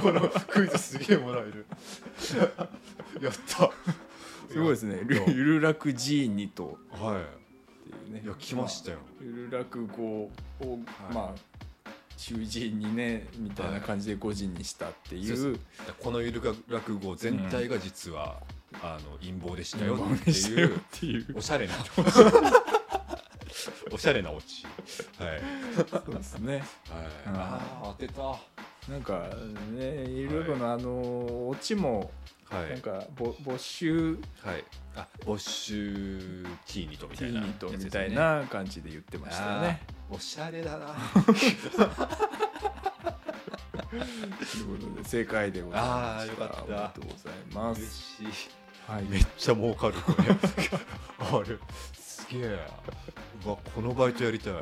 このクイズすげえもらえるやった
すごいですね。ゆゆるらくじいにと
は
っていうね。
いいや来ましたよ、
まあ。ゆるらく語を、
い
まあ、囚人にね、みたいな感じで5時にしたっていう。
このゆる落語全体が実は、あの陰謀でしたよ
願望
って
でしたよ
い
っ
う
ていう
お しゃれなおしゃれなオチはい、
そうですね
はい、
うん
あー当てたは
なんかねいろいろなあのオチも
い
なんかぼ没収
はいあボッシュティーニとみ
テ
た
ィ
い
ー
な
ニと
やつ
み
です
た
ね
いな感じで言ってましたよね。
あーおしゃれだな
ということで正解でございま
あ
し
ー
た。
よかった
おめでとうございます。
しい
はい、
めっちゃ儲かるこれ あれすげえうわこのバイトやりたい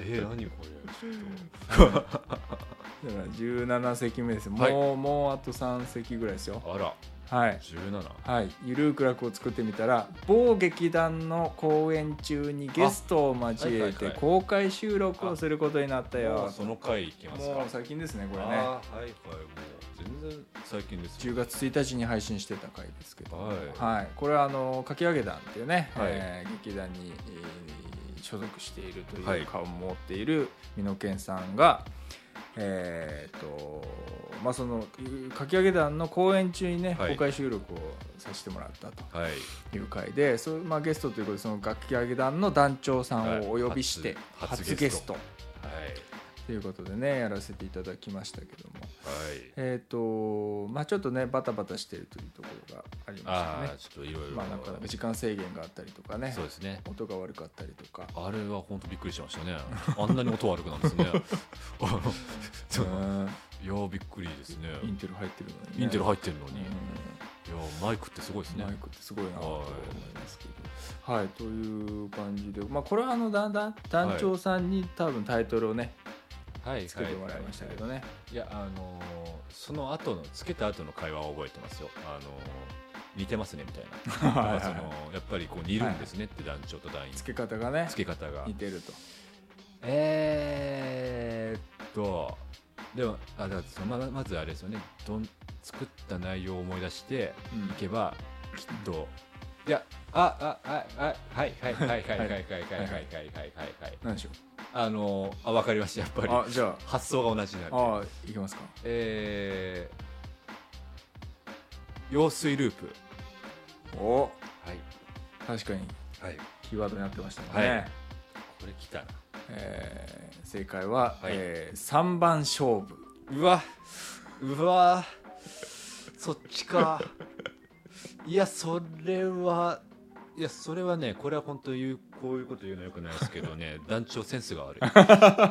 えー、何これちょっ
だから17席目です。もう、
はい
もうあと3席ぐらいですよ。
とあら
はい。
17
はい、ゆるく楽を作ってみたら某劇団の公演中にゲストを交え
あはい
て
はいはい
公開収録をすることになった
もう
よ
その回いきますか
もう最近ですねこれね
あーはいはいもう全然最近です
10
よ
月1日に配信してた回ですけど、
はい
はい、これはあのかき上げ団っていうね、
はい
えー劇団に、えー所属していると
はいいう
顔を持っている美濃健さんが、えーとまあ、そのかき上げ団の公演中にね、
はい
公開収録をさせてもらったと
はい
いう回でそう、まあ、ゲストということでその楽器上げ団の団長さんをお呼びして、
はい初
初
初
ゲ
ゲ
ス
スト
ト
はい
ということでねやらせていただきましたけども。
はい
えーとまあ、ちょっとねバタバタしてるというところがありました
あ
ね
あ、ちょっといろいろ
まあ、なかなか時間制限があったりとかね
そうですね
音が悪かったりとか
あれは本当びっくりしましたね。あんなに音悪くなるん ですね。 あのそう
うん
いやーびっくりですね。
インテル入ってるのにね、
インテル
入
入ってるのに、いやーマイクってすごいですね
マイ。クってすごいなと思いますけど。はい、という感じで、まあ、これはあのだんだん団長さんに多分タイトルをね、
はい
つけてもらいましたけどね、
いやあのーその後のつけた後の会話を覚えてますよ。あのー似てますねみたいな。
はいはい
なんかそのやっぱりこう似るんですねって団長と団員
つけ方がね
つけ方が
似。てると。
えーっとでもあだからそのままずあれですよね。どん作った内容を思い出して。
うん
行けばきっといやああああはいはいはいはいはいはいはいはいはいはいはいはいはい
何でしょう
あのあ分かりましたやっぱり
あじゃ
発想が同じになる
あああいきますか
えー、用水ループ
お
はい
確かに
はい
キーワードになってましたね、
はいこれ来たな
えー正解は、
はい
え3番勝負
うわうわそっち かいやそれはいやそれはねこれは本当言うこういうこと言うのよくないですけど ね団長センスが悪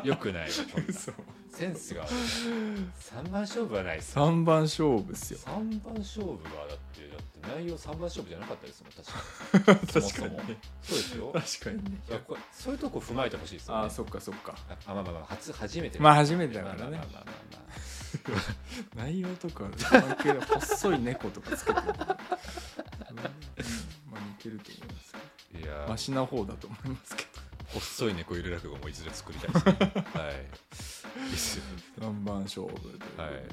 いよくないよそんなセンスが悪い3番勝負はないです
3番勝負っすよ
3番勝負はだってだって内容3番勝負じゃなかったですもん確か
確
そ
か
も
に
そもそうですよ
確かにね
いやこれそういうとこ踏まえてほしいですよ、ね、
ああそっかそっか
あまあまあまあ初初めて
まあ初めてだからね
まあまあまあまあまあ
内容とか関係ない細い猫とかつ けてる、うんまあ似てると思いますけ
いや
ど
ー
マシな方だと思いますけ
細い猫ゆる落語もいずれ作りたいですね。はい。いいっすよね
ど3番勝負ということでね、
はい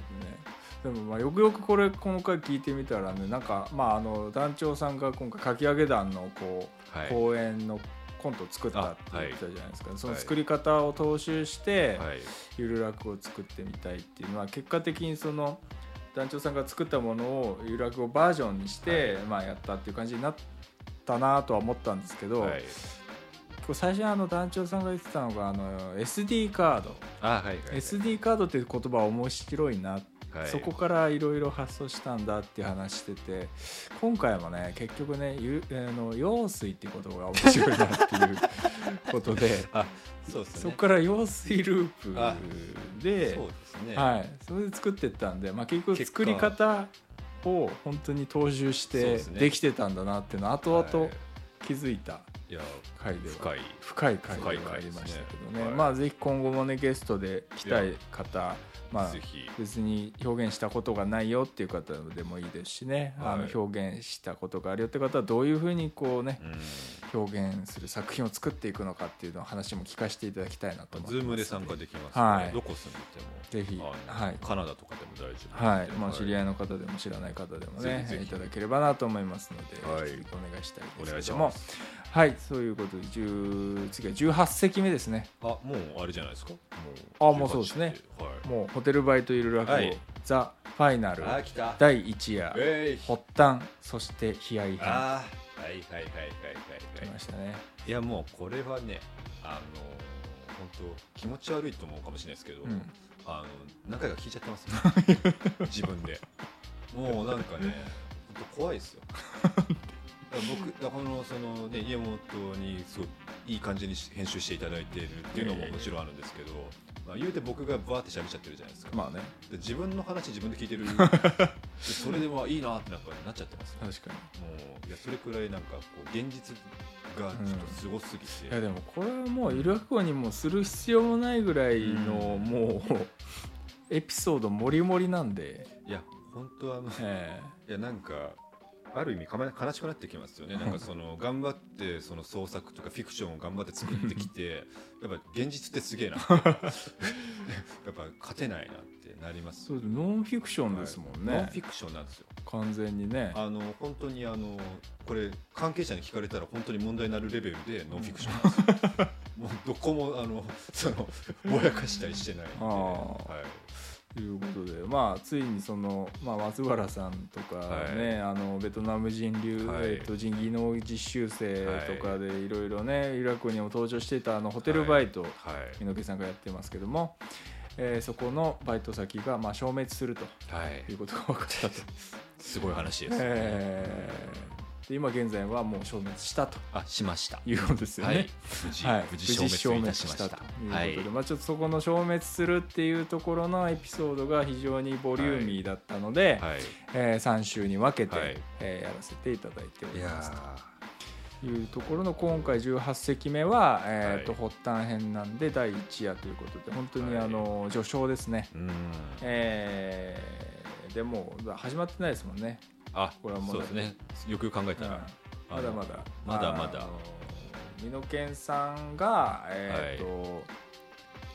でもまあよくよくこれこの回聞いてみたらねなんかまああの団長さんが今回かき上げ団のこう
はい。
公演のコントを作ったって言ってたじゃないですか、その作り方を踏襲して、
はい。
ゆる落語を作ってみたいっていうのは結果的にその団長さんが作ったものをゆる落語バージョンにして、まあ、やったっていう感じになったなとは思ったんですけど、
はい。
こう最初にあの団長さんが言ってたのがあの SD カード、
あ、はい。はい。
SD カードっていう言葉は面白いなって
はい。
そこからいろいろ発想したんだっていう話してて今回もね結局ねゆあの用水っていう言葉が面白いなっていう ことで
あ、そうですね。
そこから用水ループ
あ
で
そうですね。
はい、それで作ってったんで、まあ、結局
結
作
果
り方を本当に踏襲し
そう
て
ですね
できてたんだなっていうのは後
は
々気づいた
い。いや、
回では、
深い。
深い回で
深い
はあ
回
り
ですね
ましたけどね
はい
まあぜひ今後もねゲストで来たい方まあ
ぜひ。
別に表現したことがないよっていう方でもいいですしね、
はい
あの表現したことがあるよって方はどういうふうにこうね
うん。
表現する作品を作っていくのかっていうのを話も聞かせていただきたいなと思ってます
ズームで参加できますね。
はい
どこ住ん
ぜ
でて
ひ
も。あの
はい
カナダとかでも大丈夫。
はい、まあ、知り合い
い。
の方でも知らない方でも
ぜ
ね
ひ、ぜひ
いただければなと思いますので、
はい
引き続きお願いしたい
お
です
願い
け
し
ども
ま、す。
はい、そういうことで、10次は18席目ですね、
あ、もうあれじゃないですか。も
あもうそうですね
18はい。
もうホテルバイトいる落語、
はい
ザ・ファイナル、
あ、来た。
第1夜、
えい。
発端、そして悲哀編、
あー、はいはいはいはいはい
来
はい
ま。したね。
いやもうこれはねあの本当気持ち悪いと思うかもしれないですけど、
うん
あの何回か聞いちゃってます ね自分でもうなんかね本当怖いですよだから僕だからこのそのね家元にすごいいい感じに編集していただいているっていうのももちろんあるんですけど、まあ、言うて僕がバーって喋っちゃってるじゃないですか、
まあね、
で自分の話自分で聞い てるでそれでまあいいなってなんかなっちゃってますよ
確かに。
もういやそれくらいなんかこう現実がちょっとすごすぎ
い
て、
やでもこれはもうゆる落語にもする必要もないぐらいの、
うん
もうエピソードもりもりなんで、
いや本当はあの
え
いやなんかある意味かま悲しくなってきますよねなんかその頑張ってその創作とかフィクションを頑張って作ってきてやっぱ現実ってす げえなやっぱ勝てないなってなりま
え
す
そ
よ
うノンフィクションですもんね、
ノンフィクションなんですよ
完全にね
あの本当にあのこれ関係者に聞かれたら本当に問題になるレベルでノンフィクションなんで すよもうどこもあのそのぼやかしたりしてないんで、
あー
はい、
ということで、まあ、ついにその、まあ、松原さんとかね、あのベトナム人流、
はい
えっと人技能実習生とかでいろいろね、イラクにも登場していたあのホテルバイト、
はい。
猪木さんがやってますけども、えーそこのバイト先が、まあ、消滅すると
はい
いうことが分かったと、
すごい話ですよね、
えーで今現在はもう消滅したと
あ、しました。
いうことですよね。
はい。無事、
はい、
無事消滅いたしました。
ということで、
はい。
まあ、ちょっとそこの消滅するっていうところのエピソードが非常にボリューミーだったので、
はい。
えー、3週に分けて、
はい
えーやらせていただいてお
い
り
や
ますというところの今回18席目は、えーと
は
発端編なんで第1夜ということで本当に
はい
あの、序章ですね、
ーうーん。
えーでもう始まってないですもんね、
あ、
これはもう
そうですね。よくよく考え
う
た
ん
ら、
まだまだ
まだまだ
あの美濃健さんが、えーと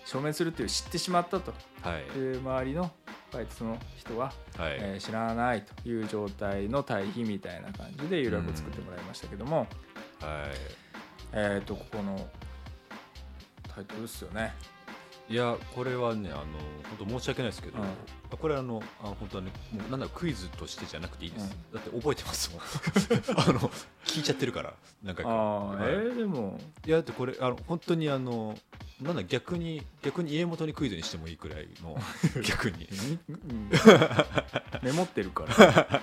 証明するっていう知ってしまったと
はい。
いう周りのバイトの人は
はい。
えー知らないという状態の対比みたいな感じで由来を作ってもらいましたけども、
はい。
えー、とここのタイトルっすよね
いやこれはねあの本当申し訳ないですけど、
う
これあのあ本当はねもうなんだクイズとしてじゃなくていいです、だって覚えて ますもんあの聞いちゃってるから何回か
ああ
はい
えー、でも
いやだってこれあの本当にあのなんだ逆に逆に家元にクイズにしてもいいくらい の逆に
み うんメモってるから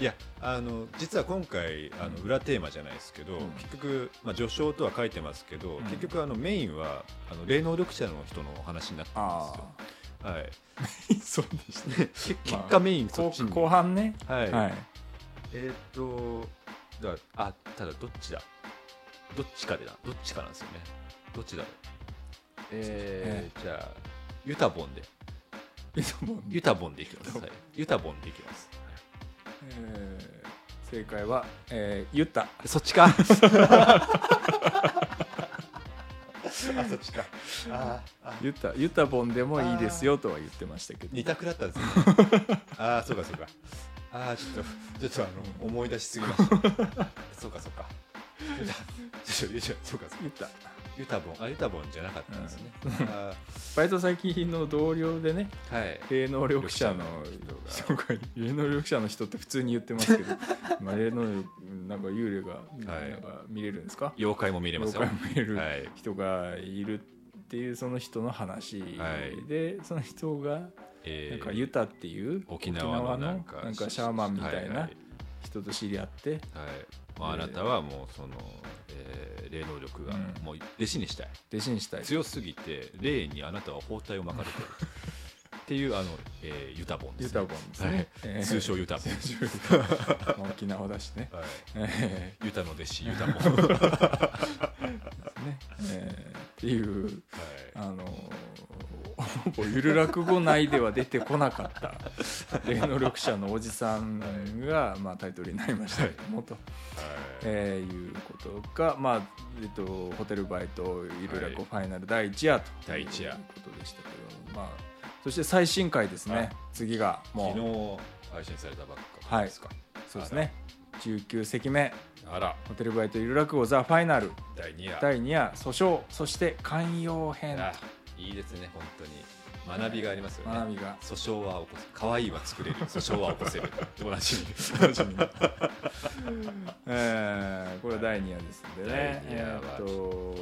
いやあの実は今回あの
うん
裏テーマじゃないですけど、
うん
結局、まあ、序章とは書いてますけど、
うん
結局あのメインはあの霊能力者の人のお話になって
あ
ますよ
あ
はい、
そうでし
結
まあ
果メインそ
後
っちに、
後半ね
はい
はい
えーっとだあただどっちだどっちかでだどっちかなんですよねどっちだろうえーじゃあユタボンで
いつも
ユタボンでいきます、はい、ユタボンでいきます、
えー正解は、えー、言った
そっち かあそっちかああ
言った言った本でもいいですよとは言ってましたけど
二択だったん ですねああそうかそうかああちょっとちょっとあの思い出しすぎ ましたそうかそうかユタちょっとユタそうかそうか
言った
ユタボンあユタボンじゃなかったんですね、あ
バイト先の同僚でね
ーはい
霊能力者の人
人
が霊能力者の人って普通に言ってますけ どまあ霊能力なんか幽霊が
はい
なんか見れるんですか、
妖怪も見れますよ
妖怪も見れる
はい
人がいるっていうその人の話で、
はい
その人がな
え
んか
ー
ユタっていう
沖縄のなん
沖
か
縄のシャーマンみたい
はは
な人と知り合って、
はいまあ、あなたはもうその、えー霊能力が
うん
もう弟子にしたい、
弟子にしたい
強すぎて霊にあなたは包帯を巻か れてるっていうあの、えーユタボンで
ユ
す、ね、
タボンですね、
はい
えー
通称ユタボン、
まあ沖縄だしね。
はい、
え
ユタの弟子ユ タボン、はい、
ーねえーっていうあのーほぼゆる落語内では出てこなか った霊能力者のおじさんが、まあ、タイトルになりましたけどもと、えーいうことが、まあえっと、ホテルバイトゆる落語ファイナル第1夜と
第
いう
一夜
ことでしたけど、まあ、そして最新回です
は
ね
い
次がもう
昨日配信されたばっかですか、
そうですね19席目
あら
ホテルバイトゆる落語ザ・ファイナル
第2夜
第2夜訴訟そして寛容編
あいいですね本当に学びがありますよね、
学びが
訴訟は起こす可愛いは 作れる訴訟は起こせる同じに
えーこれは第2夜ですんでね、
第二夜は
えーっと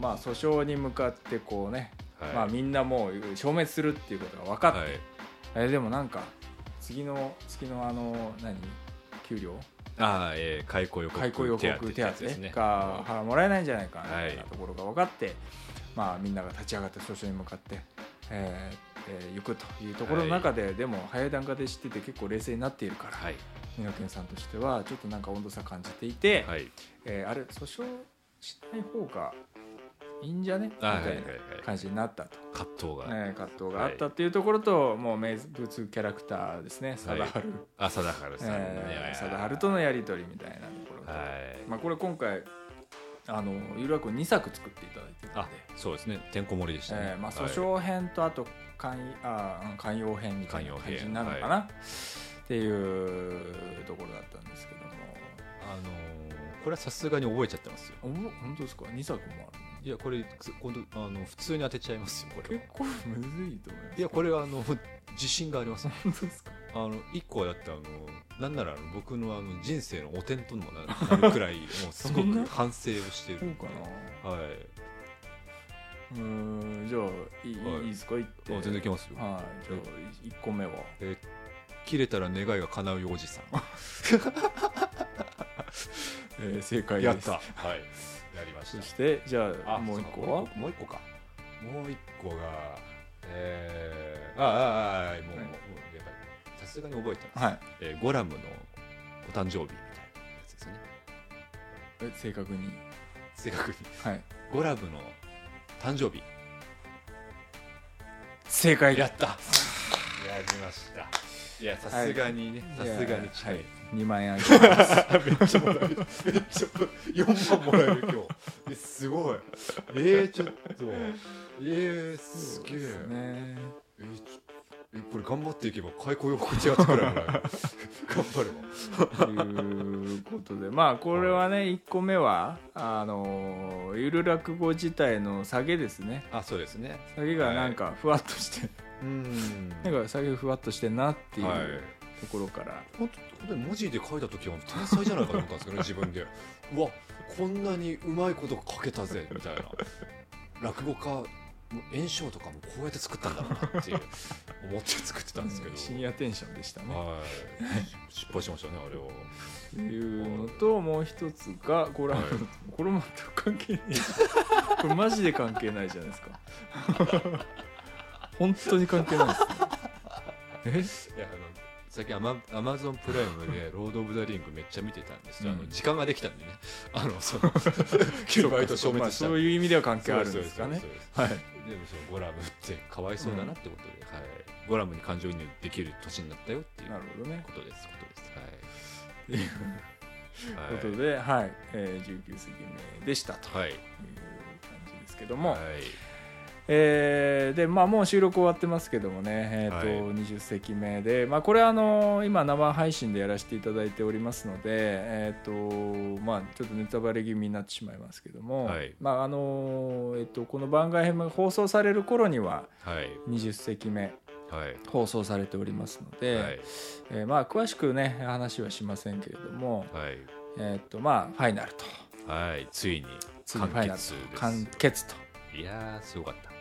まあ訴訟に向かってこうね、
はい
まあ、みんなもう消滅するっていうことが分かって、
はい
えーでもなんか次の月のあの何給料
ああ、えー、解雇予告
解雇予告
って
手
やつです
当
ね
が払もらえないんじゃないか
はい
みたいなところが分かって、まあ、みんなが立ち上がって訴訟に向かって。えーえー行くというところの中で、でも早い段階で知ってて結構冷静になっているから、
はい
美濃健さんとしてはちょっとなんか温度差感じていて、
はい
えーあれ訴訟しない方がいいんじゃねみ
あ
た
ーはいはい
い
はい
な感じになったと、
葛藤が、
ね葛藤があったっていうところと、もう名物キャラクターですね貞治、
あ貞治さんね、
えー貞治とのやり取りみたいなところが、
はい
まあ、これ今回あの有楽君2作作っていただいてるの
あ
で、
そうですねてんこ盛りでしたね、
えーまあ、訴
は
訟
い
編とあと寛あーうん寛容編みたいな感じになるのかな、っていうところだったんですけども。
あのーこれはさすがに覚えちゃってますよ
おも本当ですか2作もある
いやこれつ今度あの普通に当てちゃいますよこれは
結構むずいと思います
いやこれはあの 自信があります
本当ですか
あの一個はだってあのなんならあの僕のあの人生の汚点ともななるく らいもうすご
そんな
く反省をして
そう
る
かな
はいう
ーんじゃあいい,、
はい
い、いですか行って
あ全然いけますよ
はいじゃあ1個目は
えー切れたら願いが叶うよおじさ ん
えー正解
や
で
っ
す
た。はい。やりま
そし
して
じゃ
た。
あもう一個は
もう一個か。もう一個が、えー、ああ、ああ、もう、もう、やっぱり、さすがに覚えてます。
はい
えーゴラムのお誕生日みたいなやつですね。
え正確に
正確に。
はい
ゴラムの誕生日。
正解
やった。やりました。いや、さすがにね、さすがに
は
近い
い。2万円あげます
めっちゃもらえる。めっちゃ4万もらえる、今日。え、すごい。えー、ちょっと。えー、すげえ。
ね
えーちょえこれ頑張っていけば開口予告違ってく る頑張れば
ということでまあこれはね1個目はあのーゆる落語自体の下げですね
あそうですね
下げがなんかふわっとして、
うん
なんか下げがふわっとしてんなっていう
はい
ところから、
本当に文字で書いた時は天才じゃないかと思ったんですけ どね自分でうわこんなにうまいこと書けたぜみたいな落語家の炎章とかもこうやって作ったんだろうなっていう思って作ってたん ですけど
深夜テンションでしたね、
はい失敗しましたねあれは
っていうのともう一つがこれは、
はい
これ全く関係ないこれマジで関係ないじゃないですか 本当に関係ないですね
いやあの最近アマアマゾンプライ ムで「ロード・オブ・ザ・リング」めっちゃ見てたんですけど、あ
う
の
ん
時間ができたんでねあ のその9倍と消
まあ
滅した
そういう意味では関係あるんですかね
そうです
はい
でもそのゴラムってかわいそうだなってことで、はい、ゴラムに感情移入できる年になったよっていう
なるほどね
ことですこと
てい
ですはい
ということ
で
で、はいえー19世紀目でしたという
はいはい
感じですけども、
はい
えーでまあ、もう収録終わってますけどもね、えーと
は
20席目で、まあ、これあの今生配信でやらせていただいておりますので、えーとまあ、ちょっとネタバレ気味になってしまいますけども、
はい
まああのえー、とこの番外編が放送される頃には
はい
20席目
はい
放送されておりますので、
はい
えーまあ、詳しくね話はしませんけれども、
はい
えーとまあ、ファイナルと
はいついに
ついに
完
ファイナル
結です
完結と
いやーすごかった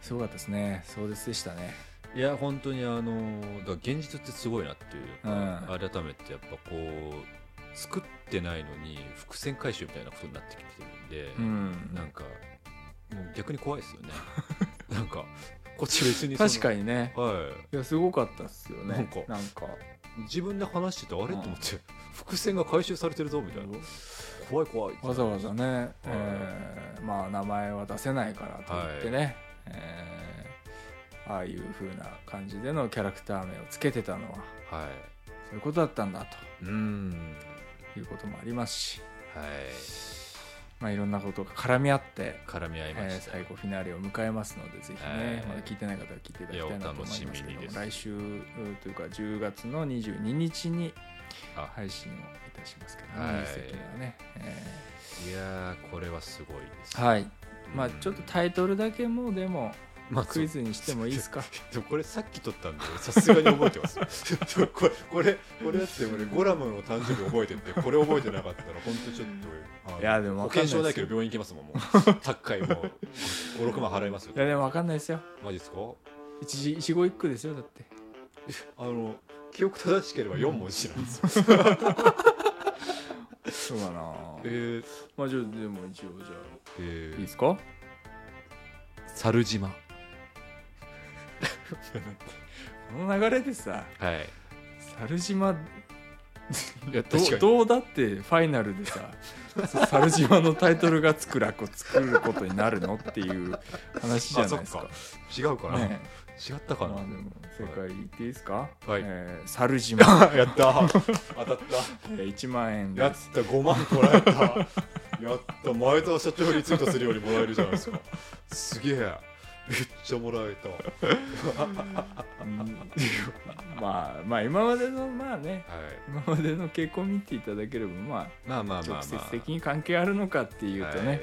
すごかったですね壮絶でしたね。
いや本当にあのだから現実ってすごいなっていうか、
う
改めてやっぱこう作ってないのに伏線回収みたいなことになってきてるんで、
うん
なんかもう逆に怖いですよ ねなんかこっち別にその
確かにね
はい
やすごかったっすよね
なんかい自分で話しててあれ
うん
と思って伏線が回収されてるぞみたいな怖い怖い
わざわざね、えーまあ名前は出せないからといってね、えーああいう風な感じでのキャラクター名をつけてたのは
は
そういうことだったんだ
いうん
ということもありますし、
はい
まあ、いろんなことが絡み合って、
絡み合いま
えー
した、
最後フィナーレを迎えますのでぜひね、
はい
まだ聞いてない方は聞いていただきたいなと思いますけ
いやお楽しみ
ど
に
も
です
来週うんというか10月の22日に
あ
配信をいたしますけどね、
はい
二席目はね。えー
いやーこれはすごいです、
はい、まあ
うん
ちょっとタイトルだけもうでも
まあ
クイズにしてもいいですか
でもこれさっき撮ったんでさすがに覚えてます ちょこれこれこれだって俺ゴラムの誕生日覚えててこれ覚えてなかったら本当ちょっとあの
いやでも
保
わかんないで
険
すよ
証ないけど病院行きますもんもう高いもう56万払いますよ
いやでも分かんないですよ
マジですか
一字一語一句ですよだって
あの記憶正しければ4文字なんですよ、
そうかな
えー
まあじゃあでも一応じゃ
え
あい
ー
いですか
猿島
この流れでさ
はい
猿島
い
ど
や確かに
どうだってファイナルで さそう猿島のタイトルがつくらこ作ることになるのっていう話じゃないですか
あ違うかな、
ね
違った
ま
か
あ
な、
でも正解言っていいですか、
はい
えー猿島
やった当たった
1万円
やっ
です
た5万もら えたやった前澤社長リツイートするよりもらえるじゃないですかすげえめっちゃもらえたは
まあまあ今までのまあね
い
今までの傾向を見ていただければま
まあまあまあ、
あ
まあ、
直接的に関係あるのかっていうとね、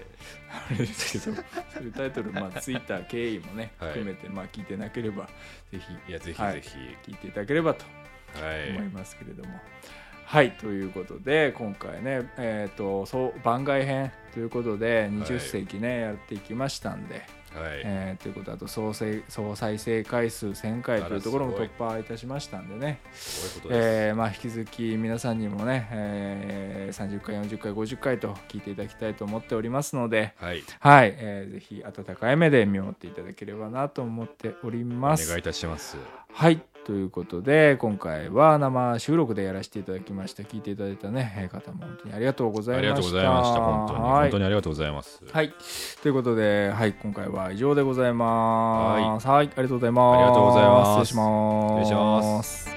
あれですけどそういうタイトル、ま あ、ツイッター経緯もね、
はい
含めて、まあ、聞いてなければぜ
い、いやぜひ
はい
ぜひ
ひ聞いていただければと
はい、
思いますけれども。はい、ということで今回ね、えー、とそう番外編ということで20世紀ね、やっていきましたんで、
はい
えーということであと総再総再生回数1000回というところも
あら
突
す
破いたしましたんでね。
そういうことです、
えーまあ、引き続き皆さんにもね、えー30回40回50回と聞いていただきたいと思っておりますので、
はい
はいえーぜひ温かい目で見守っていただければなと思っており
お
ま
願い
す
い。たします
はいということで今回は生収録でやらせていただきました聞いていただいた、ね、えー方も本当にありがとうござい
あ
ました。
りがとうございました本当に
はい
本当にありがとうございます、
はい、ということで、はい、今回は以上でございます。はい、ありがとうございます。
ありがとうございます
失礼します。。
失礼します